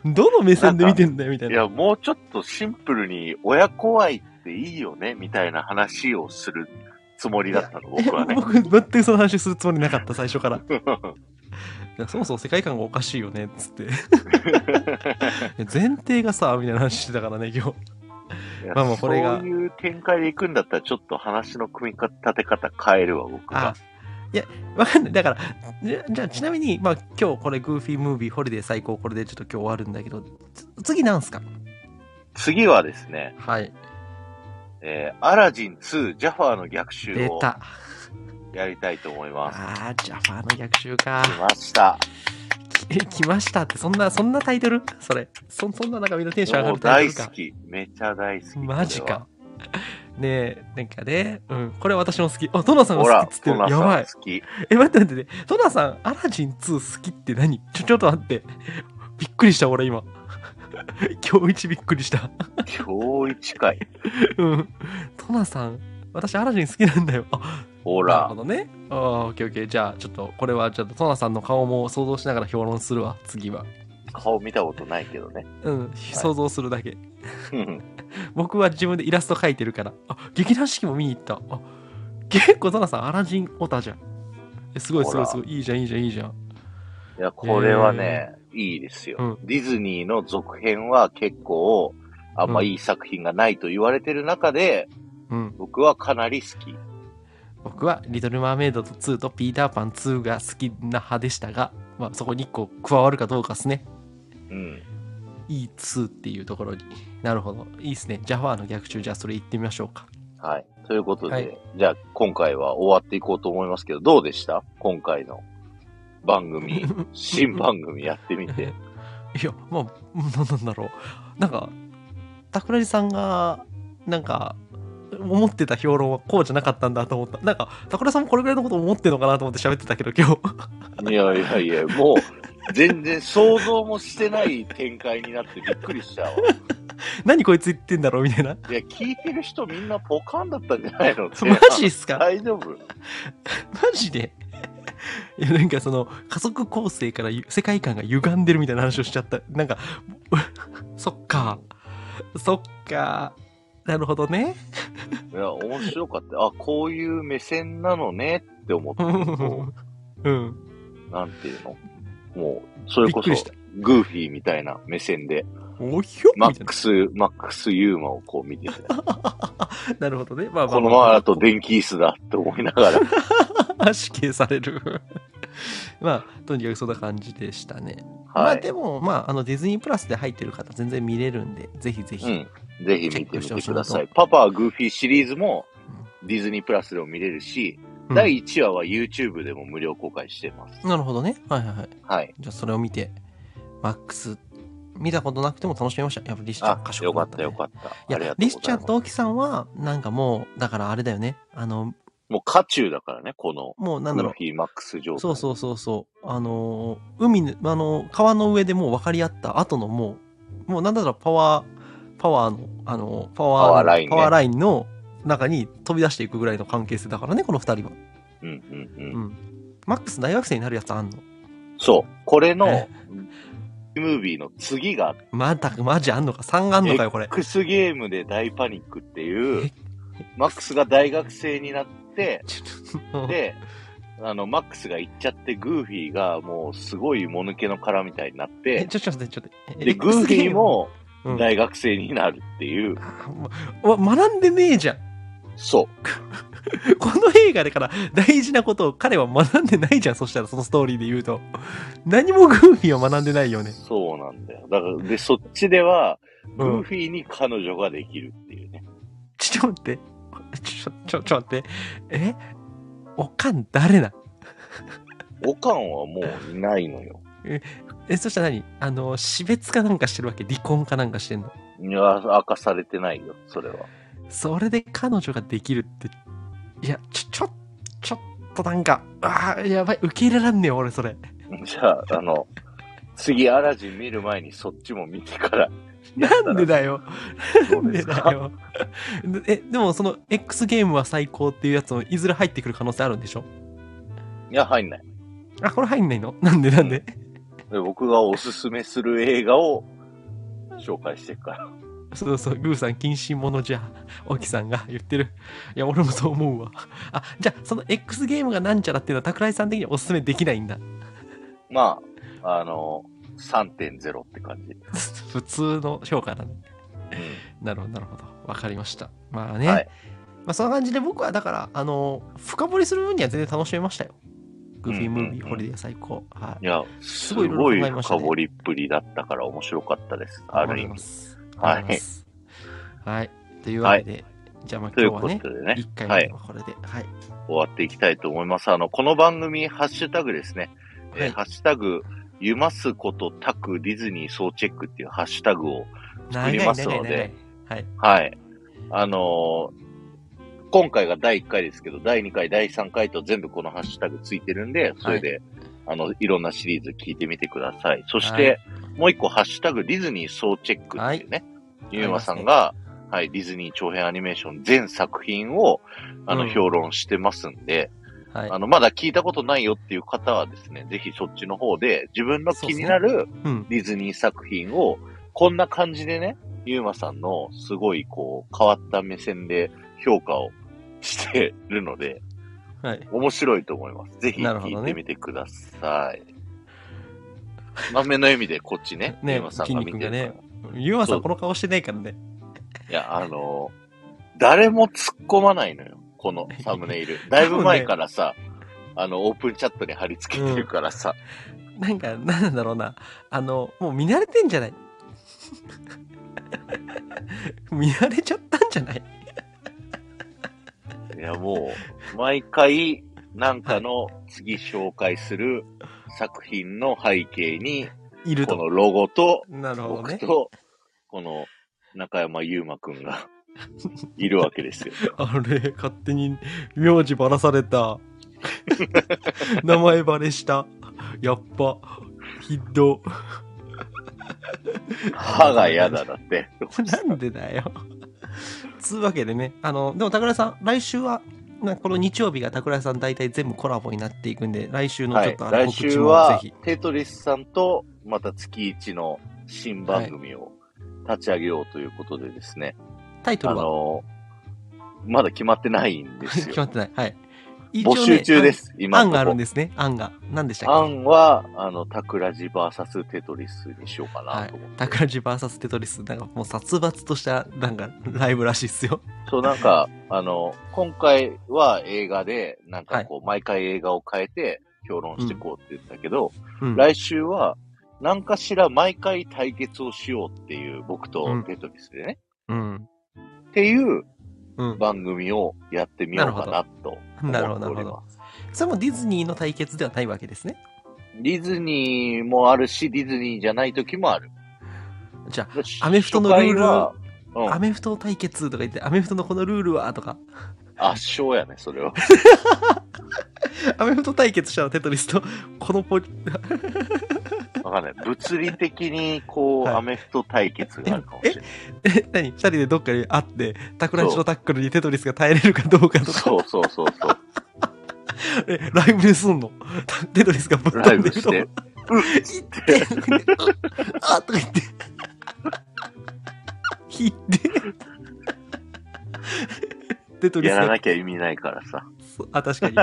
B: どの目線で見てんだよ、みたい
A: て。い
B: な。
A: や、もうちょっとシンプルに、親子愛っていいよね、みたいな話をするつもりだったの、僕は
B: <laughs>
A: ね。
B: 僕、全くその話するつもりなかった、最
A: <laughs>
B: 初から。いやそもそも世界観がおかしいよねっつって <laughs> 前提がさみたいな話してたからね今日
A: いや
B: まあまあこれが
A: そういう展開でいくんだったら、ちょっと話の組み立て方変えるわ、僕が
B: あ。いやわかんないだからじゃじゃあちなみに、まあ、今日これグーフィームービーホリデー最高これでちょっと今日終わるんだけどつ次なんすか
A: 次はですね、
B: はい
A: えーアラジン2ジャファーの逆襲
B: 出
A: を
B: た
A: やりたいと思います。
B: あージャパンの逆襲か <laughs>
A: 来ました。
B: え来ましたってそんなそんなタイトルそれそそんななんかみんなテンション上が
A: も
B: る
A: う
B: タイ
A: 大
B: トル
A: 好
B: か
A: き。めちゃ大好き。
B: マジ
A: これは
B: か。ねえなんかねうんこれ私も好きあトナさんが
A: ほ
B: 好
A: ら
B: きっつ、って
A: ト
B: る
A: ナ
B: やば
A: さ
B: い
A: ん好き。
B: え、待って待ってね。トナさん、アラジン2好きって何ちょ、ちょっと待って。びっくりした、俺今。 <laughs> 今日一びっくりした。
A: 今日一回。
B: うん。トナさん、私アラジン好きなんだよ。あ、
A: ほ
B: なる
A: ら
B: <laughs> ほ。どね。ああ、オッケーオッケー。じゃあ、ちょっと、これは、ちょっとトナさんの顔も想像しながら評論するわ、次は。
A: 顔見たことないけど
B: <laughs>
A: ね。
B: うん、想像するだけ。
A: うん
B: 僕は自分でイラスト描いてるから。あ、劇団四季も見に行った。あ、結構トナさん、アラジンオタじゃん。え、すごいすごいすごい。いいじゃん、いいじゃん、いいじゃん。
A: いや、これはね、いいですよ、
B: う
A: ディズニーの続編は結構、あんまいい作品がないと言われてる中で、
B: うん。
A: 僕はかなり好き。
B: 僕は「リトル・マーメイド」と2と「ピーター・パン2」が好きな派でしたが、まあ、そこに1個加わるかどうかですね
A: うん。
B: いい2っていうところになるほどいいですねジャファーの逆襲じゃあそれ行ってみましょうか
A: はい。ということで、
B: はい
A: じゃあ今回は終わっていこうと思いますけど、どうでした今回の番
B: <laughs>
A: 組、新番組やってみて。
B: いやまあ何なんだろうなんか桜井さんがなんか思ってた評論はこうじゃなかったんだと思ったなんか桜井さんもこれぐらいのこと思ってるのかなと思って喋ってたけど今日 <laughs>
A: いやいやいや、もう、全然想像もしてない展開になってびっくりした
B: <laughs>
A: わ。
B: 何こいつ言ってんだろうみたいない <laughs>
A: や、聞いてる人みんなポカンだったんじゃないのって
B: マジっすか
A: <laughs> 大丈夫
B: マジで <laughs> いやなんかその家族構成からゆ世界観が歪んでるみたいな話をしちゃったなんか <laughs> そっかそっかなるほどね
A: いや、面白かった。あ、こういう目線なのねって思
B: <laughs>
A: って
B: う、
A: こ
B: んうん
A: うなんていうのもう、それこ
B: びっくり
A: そ
B: した、
A: グーフィーみたいな目線で、
B: おひょ
A: マ
B: みた
A: ッ
B: い
A: クス、マックスユーマをこう見て
B: <laughs>
A: て、
B: ななるほどねまあまあ、 <laughs>
A: このままだと電気椅子だって思いながら、
B: 死刑される。まあ、とにかくそんな感じでしたね。ま
A: は
B: あ
A: い。
B: でも、まあ、あのディズニープラスで入ってる方、全然見れるんで、ぜひぜひ。
A: うん。ぜひ見てみ
B: チェックしてほ
A: て
B: しい
A: く
B: な
A: だ
B: と
A: さい。パパ、グーフィーシリーズもディズニープラスでも見れるし、
B: うん
A: 第1話は YouTube でも無料公開してます。
B: なるほどね。はいはいはい。
A: はい。
B: じゃあ、それを見て、マックス、見たことなくても楽しめました。やっぱリシちゃん
A: あ、
B: 賢
A: よ
B: く
A: か
B: なっ、
A: ったた
B: ね。
A: よか
B: っ
A: った。あ
B: い
A: り
B: や
A: がと、う
B: リ
A: ご
B: シ
A: ざ
B: ち
A: い
B: ゃ
A: ま
B: ん
A: す
B: と沖さんは、なんかもう、だからあれだよね。あの、
A: もう渦中だからね、この
B: もうなん
A: グー
B: だろ
A: フィーマックス状
B: う。
A: 態。
B: そうそうそうそう。あのー、海の、あのー、川の上でもう分かり合った後のもう、もうなんだろう、パワー、パワーの、あのー、パワー
A: パワーラインね
B: パワーラインの中に飛び出していくぐらいの関係性だからね、この二人は。
A: うんうんうん。
B: うん。マックス大学生になるやつあんの
A: そう。これの
B: え、
A: ムービーの次が、
B: まだ、マジあんのか ?3 あんのかよ、これ。
A: X ゲームで大パニックっていう
B: え、
A: マックスが大学生になって、
B: ちょっと
A: で、あの、マックスが行っちゃって、グーフィーがもうすごいもぬけの殻みたいになっ
B: え、
A: て、
B: ちょ、ちょっと待って、ちょっと待って。
A: で、グーフィーも
B: うん、
A: 大学生になるっていう、
B: あもうわ学んでねえじゃん。
A: そう。
B: この映画だから大事なことを彼は学んでないじゃん。そしたらそのストーリーで言うと。何もグーフィーは学んでないよね。
A: そうなんだよ。だから、で、そっちでは、グ
B: う
A: ー
B: ん。
A: フィーに彼女ができるっていうね。
B: ちょっと待って。ちょ、ちょ、ちょっと待って。えおかん誰な
A: オカンはもういないのよ。
B: え、そしたら何あの、死別かなんかしてるわけ離婚かなんかしてんの。
A: いや、明かされてないよ、それは。 <laughs>
B: それで彼女ができるって。いや、ちょ、ちょ、ちょっとなんか、ああ、やばい。受け入れらんねえよ、俺それ。
A: じゃあ、あの、次、アラジン見る前にそっちも見てから。
B: なんでだよ。
A: ど
B: な
A: うんで
B: です
A: か
B: だよ。え、でもその X ゲームは最高っていうやつもいずれ入ってくる可能性あるんでしょ
A: いや、入んない。
B: あ、これ入んないのなんでなんで、
A: で僕がおすすめする映画を紹介していくから。
B: そうそう、グーさん禁止者じゃ、オキさんが言ってる。いや、俺もそう思うわ。あ、じゃあその X ゲームがなんちゃらっていうのは桜井さん的にはおすすめできないんだ。 <laughs>
A: まあ、あの、3.0って感じ。
B: 普通の評価だね。
A: う
B: なるほど、なるほど。わかりました。まあね。
A: はい
B: まあそんな感じで僕はだから、あの、深掘りする分には全然楽しめましたよ。グーフィームービー、
A: うんうんうん
B: ホリデー最高。はい
A: ん。い。や、す
B: すごい
A: ごい
B: 色々考えました
A: 深
B: ね
A: 掘りっぷりだったから面白かったです。ある意味。はい
B: はいます。はい。というわけで、じゃあまあ
A: とい
B: 今
A: う
B: 日は
A: こと
B: ね、
A: でね、
B: 一回
A: は
B: 目
A: い、
B: はこれで、はい。
A: 終わっていきたいと思います。あの、この番組、ハッシュタグですね。えー
B: はい
A: ハッシュタグ、ゆますことたくディズニー総チェックっていうハッシュタグを、
B: 長い
A: りま
B: 長
A: す
B: い
A: ので
B: 長い。は
A: は
B: い。
A: い。あのー今回が第1回ですけど、第2回、第3回と全部このハッシュタグついてるんで、それで、あの、いろんなシリーズ聞いてみてください。そして、
B: は
A: もう一個、ハッシュタグ、ディズニー総チェックっていうね、ゆうまさんが、はい、ディズニー長編アニメーション全作品を、あの、
B: うん
A: 評論してますんで、
B: はい
A: あ。の、まだ聞いたことないよっていう方はですね、ぜひそっちの方で自分の気になる
B: うん。
A: ディズニー作品を、こんな感じでね、ゆうまさんのすごいこう変わった目線で評価をしてるので、
B: はい。
A: 面白いと思います。ぜひ
B: なるほ
A: 聞
B: どね
A: いてみてください。満面の笑みでこっちね、ゆ
B: <laughs> ね
A: うまさんが見てるから。
B: 筋肉ゆうまさ
A: そうん
B: この顔してないからね。
A: いや、あの誰も突っ込まないのよ、このサムネ
B: <laughs>
A: イル。だいぶ前からさ、あの、オープンチャットに貼り付けてるからさ、
B: なんか、なんだろうな。あの、もう見慣れてんじゃない <laughs> 見慣れちゃったんじゃない
A: いや、もう、毎回、なんかの次紹介する作品の背景に、
B: いる。
A: ことのロゴと、
B: なるほど
A: 僕
B: ね。
A: と、この中山優馬くん
B: <laughs>
A: がいるわけですよ。
B: あれ、勝手に名字ばらされ
A: <laughs>
B: た。名前ばれした。やっぱ、ひど。
A: 歯が嫌だだって。
B: <laughs> なんでだよ。つうわけでね、あの、でも、桜井さん、来週は、なこの日曜日が桜井さん大体全部コラボになっていくんで、来週の
A: は
B: ちょっ
A: い。
B: とあの
A: 来
B: 告
A: 週
B: 知もぜ
A: は
B: ひ。、
A: テトリスさんと、また月1の新番組を立ち上げようということでですね。
B: タイト
A: あ
B: ルは
A: の、まだ決まってないんです
B: 決
A: よ
B: <laughs> ま。ってない。はい。一応
A: 募
B: ね
A: 集中です。今
B: 案があるん
A: で
B: ですね。案が。何でしたっけ
A: 案は、あの、タクラジバーサステトリスにしようか
B: は
A: ないと思っ、て。
B: タクラジ VS テトリス、なんかもう殺伐としたなんかライブらしいっすよ。
A: そう、なんか、 <laughs> あの、今回は映画で、なんかこう、毎回映画を変えて評論していこうって言ったけど、
B: うん、
A: 来週は、何かしら毎回対決をしようっていう、僕と
B: うん
A: テトリスでね、
B: うん。
A: っていう
B: うん。
A: 番組をやってみようかなと思
B: なるほ
A: ってお
B: ど、なるほ
A: り
B: ど
A: ます。。
B: それもディズニーの対決ではないわけですね。
A: ディズニーもあるし、ディズニーじゃない時もある。
B: じゃアメフトのルー
A: 初
B: ル
A: 回は、う
B: あ、
A: ん
B: アメフト対決とか言って、アメフトのこのルールはとか、
A: 圧勝やね、それは。
B: アメフト対決したらテトリスと、このポリ、 <laughs>
A: わかんない。物理的に、こう、
B: はい
A: アメフト対決があるかもしれない。
B: え何二人でどっかで会って、タクラジのタックルにテトリスが耐えれるかどうかとか、
A: そうそうそうそう。
B: えライブですんのタテトリスがぶっ
A: ラ
B: 飛
A: イ
B: ん
A: ブ
B: でる
A: して
B: と。。行って、 <laughs> あとか言って、引いて、テトリス
A: やら
B: が、
A: なきゃ意味ないからさ。
B: そうあ、確かに。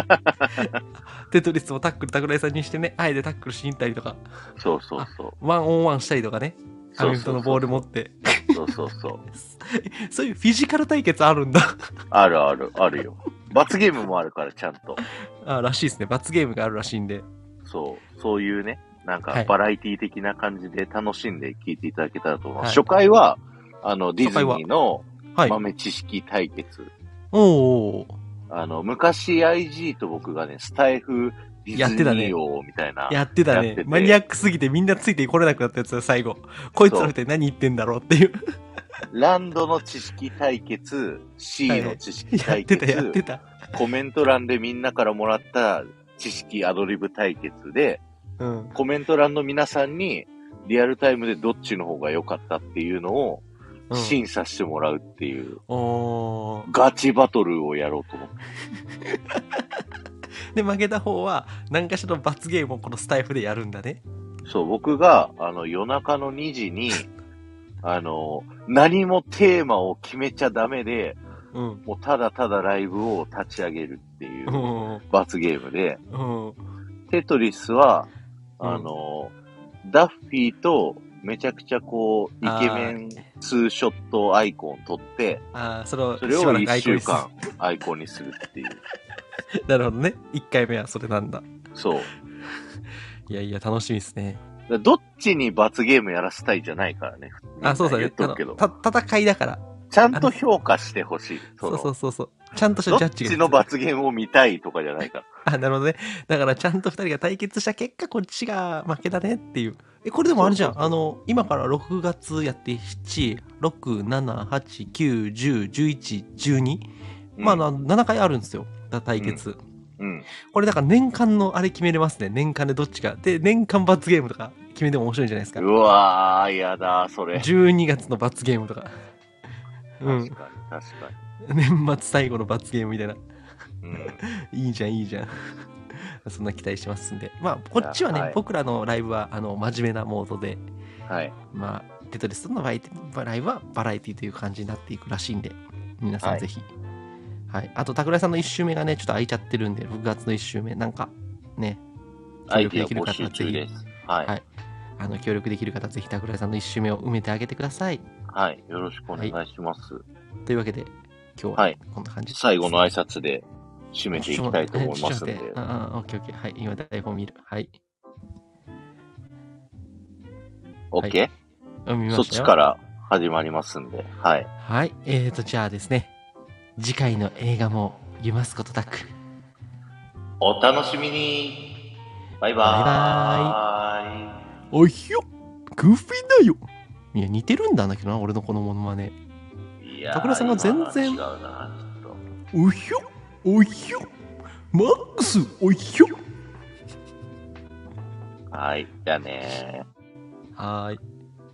B: テトリスもタックル、タクライさんにしてね、あえてタックルしに行ったりとか、
A: そうそうそう。
B: ワンオンワンしたりとかね、ア
A: そう
B: メフトのボール持って、
A: そうそうそう。
B: そういうフィジカル対決あるんだ。
A: あるある、あるよ。罰ゲームもあるから、ちゃんと。
B: あらしいですね。罰ゲームがあるらしいんで。
A: そう、そういうね、なん
B: は
A: か
B: い
A: バラエティ的な感じで楽しんで聞いていただけたらと思います。
B: はい
A: 初回は、あの、ディズ
B: 初
A: ニーの
B: はい。
A: 豆知識対決。
B: おお
A: あの、昔 IG と僕がね、スタイフディ
B: や
A: ズ
B: ってた
A: ニ
B: ね
A: ー王みたいな。
B: やってた
A: やっ
B: ね
A: てて
B: マニアックすぎてみんなついてこれなくなったやつだ、最後。こいつら二人何言ってんだろうっていう。
A: ランドの知識対決、C の知識
B: やっ
A: 対
B: て
A: 決、
B: た、やってた。
A: コメント欄でみんなからもらった知識アドリブ対決で、
B: うん。
A: コメント欄の皆さんにリアルタイムでどっちの方が良かったっていうのを
B: うん
A: 審査してもらうっていう、
B: おー
A: ガチバトルをやろうと思って。
B: で、負けた方は、何かしらの罰ゲームをこのスタイフでやるんだね。
A: そう、僕が、あの、夜中の2時
B: <laughs>
A: に、あの、何もテーマを決めちゃダメで、
B: うん。。
A: もうただただライブを立ち上げるっていううん
B: うん
A: 罰ゲームで、
B: うん。
A: テトリスは、
B: うん
A: あの、ダッフィーとめちゃくちゃこう、イケメンツーショットアイコン撮って、
B: ああ、それを、
A: それ
B: し
A: を
B: ばらくア
A: 1週
B: イコンにする
A: 間アイコンにするっていう。
B: <laughs> なるほどね。一回目はそれなんだ。
A: そう。
B: いやいや、楽しみですね。
A: だからどっちに罰ゲームやらせたいじゃないからね。
B: あ、そうだ
A: 言
B: ね
A: っ。とくけど。
B: あのた戦いだから。
A: ちゃんと評価してほしい。
B: そ
A: の
B: うそうそうそう。ちゃんとした
A: ど
B: ジャ
A: っ
B: ッジが必
A: ち
B: 要
A: の罰ゲームを見たいとかじゃないから。
B: <laughs> あ、なるほどね。だからちゃんと二人が対決した結果、こっちが負けだねっていう。え、これでもあれじゃん。
A: そうそう
B: あの、今から6月やって、7、6、7、8、9、10、11、12。まあ、
A: うん
B: な7回あるんですよ。だ対決。
A: うん。
B: これだから年間のあれ決めれますね。年間でどっちか。で、年間罰ゲームとか決めても面白いんじゃないですか
A: う。わー、やだ、それ。
B: 12月の罰ゲームと
A: <laughs>
B: か。う
A: 確かに、
B: ん。
A: 確か
B: 年末最後の罰ゲームみたいな。
A: に。うん。
B: いいじゃん、いいじゃん。 <laughs> そんな期待してますんで。まあ、こっちはね、
A: いやはい
B: 僕らのライブは、あの、真面目なモードで、 <laughs>
A: はい。
B: まあ、テトリスとのバイテライブはバラエティという感じになっていくらしいんで、皆さ
A: は
B: ん
A: い
B: ぜひ。はい。あと、桜井さんの1周目がね、ちょっと空いちゃってるんで、6月の1周目、なんか、ね、協
A: 相手
B: 力で
A: を
B: きる
A: 募
B: 方
A: 集
B: はぜ
A: 中
B: ひ
A: で、す。はい。
B: はあの、協力できる方はぜひ桜井さんの1周目を埋めてあげてください。
A: はい。よろしくお願いします。
B: というわけで、今日
A: は
B: はいこんな感じです、
A: 最後の挨拶で締めていきたいと思いますんで。
B: <laughs> ちょっと待ってうんうん、オッケーオッケー。はい、今台本見る。はい。
A: オッケ
B: うん見
A: ー
B: ま
A: そっ
B: した
A: ち
B: よ
A: から始まりますんで。はい。
B: はい。えーと、じゃあですね、次回の映画も、ゆますことたく。
A: お楽しみにバイバ
B: バ
A: ーイ
B: おひよグーフィーだよいや、似てるんだなけどな、俺のこのモノマネ。
A: いやー
B: 桜井さんが全然
A: 今のは違うなちょっと
B: おひよおひよマックスおひよ
A: はい。じゃあねー。
B: はーい。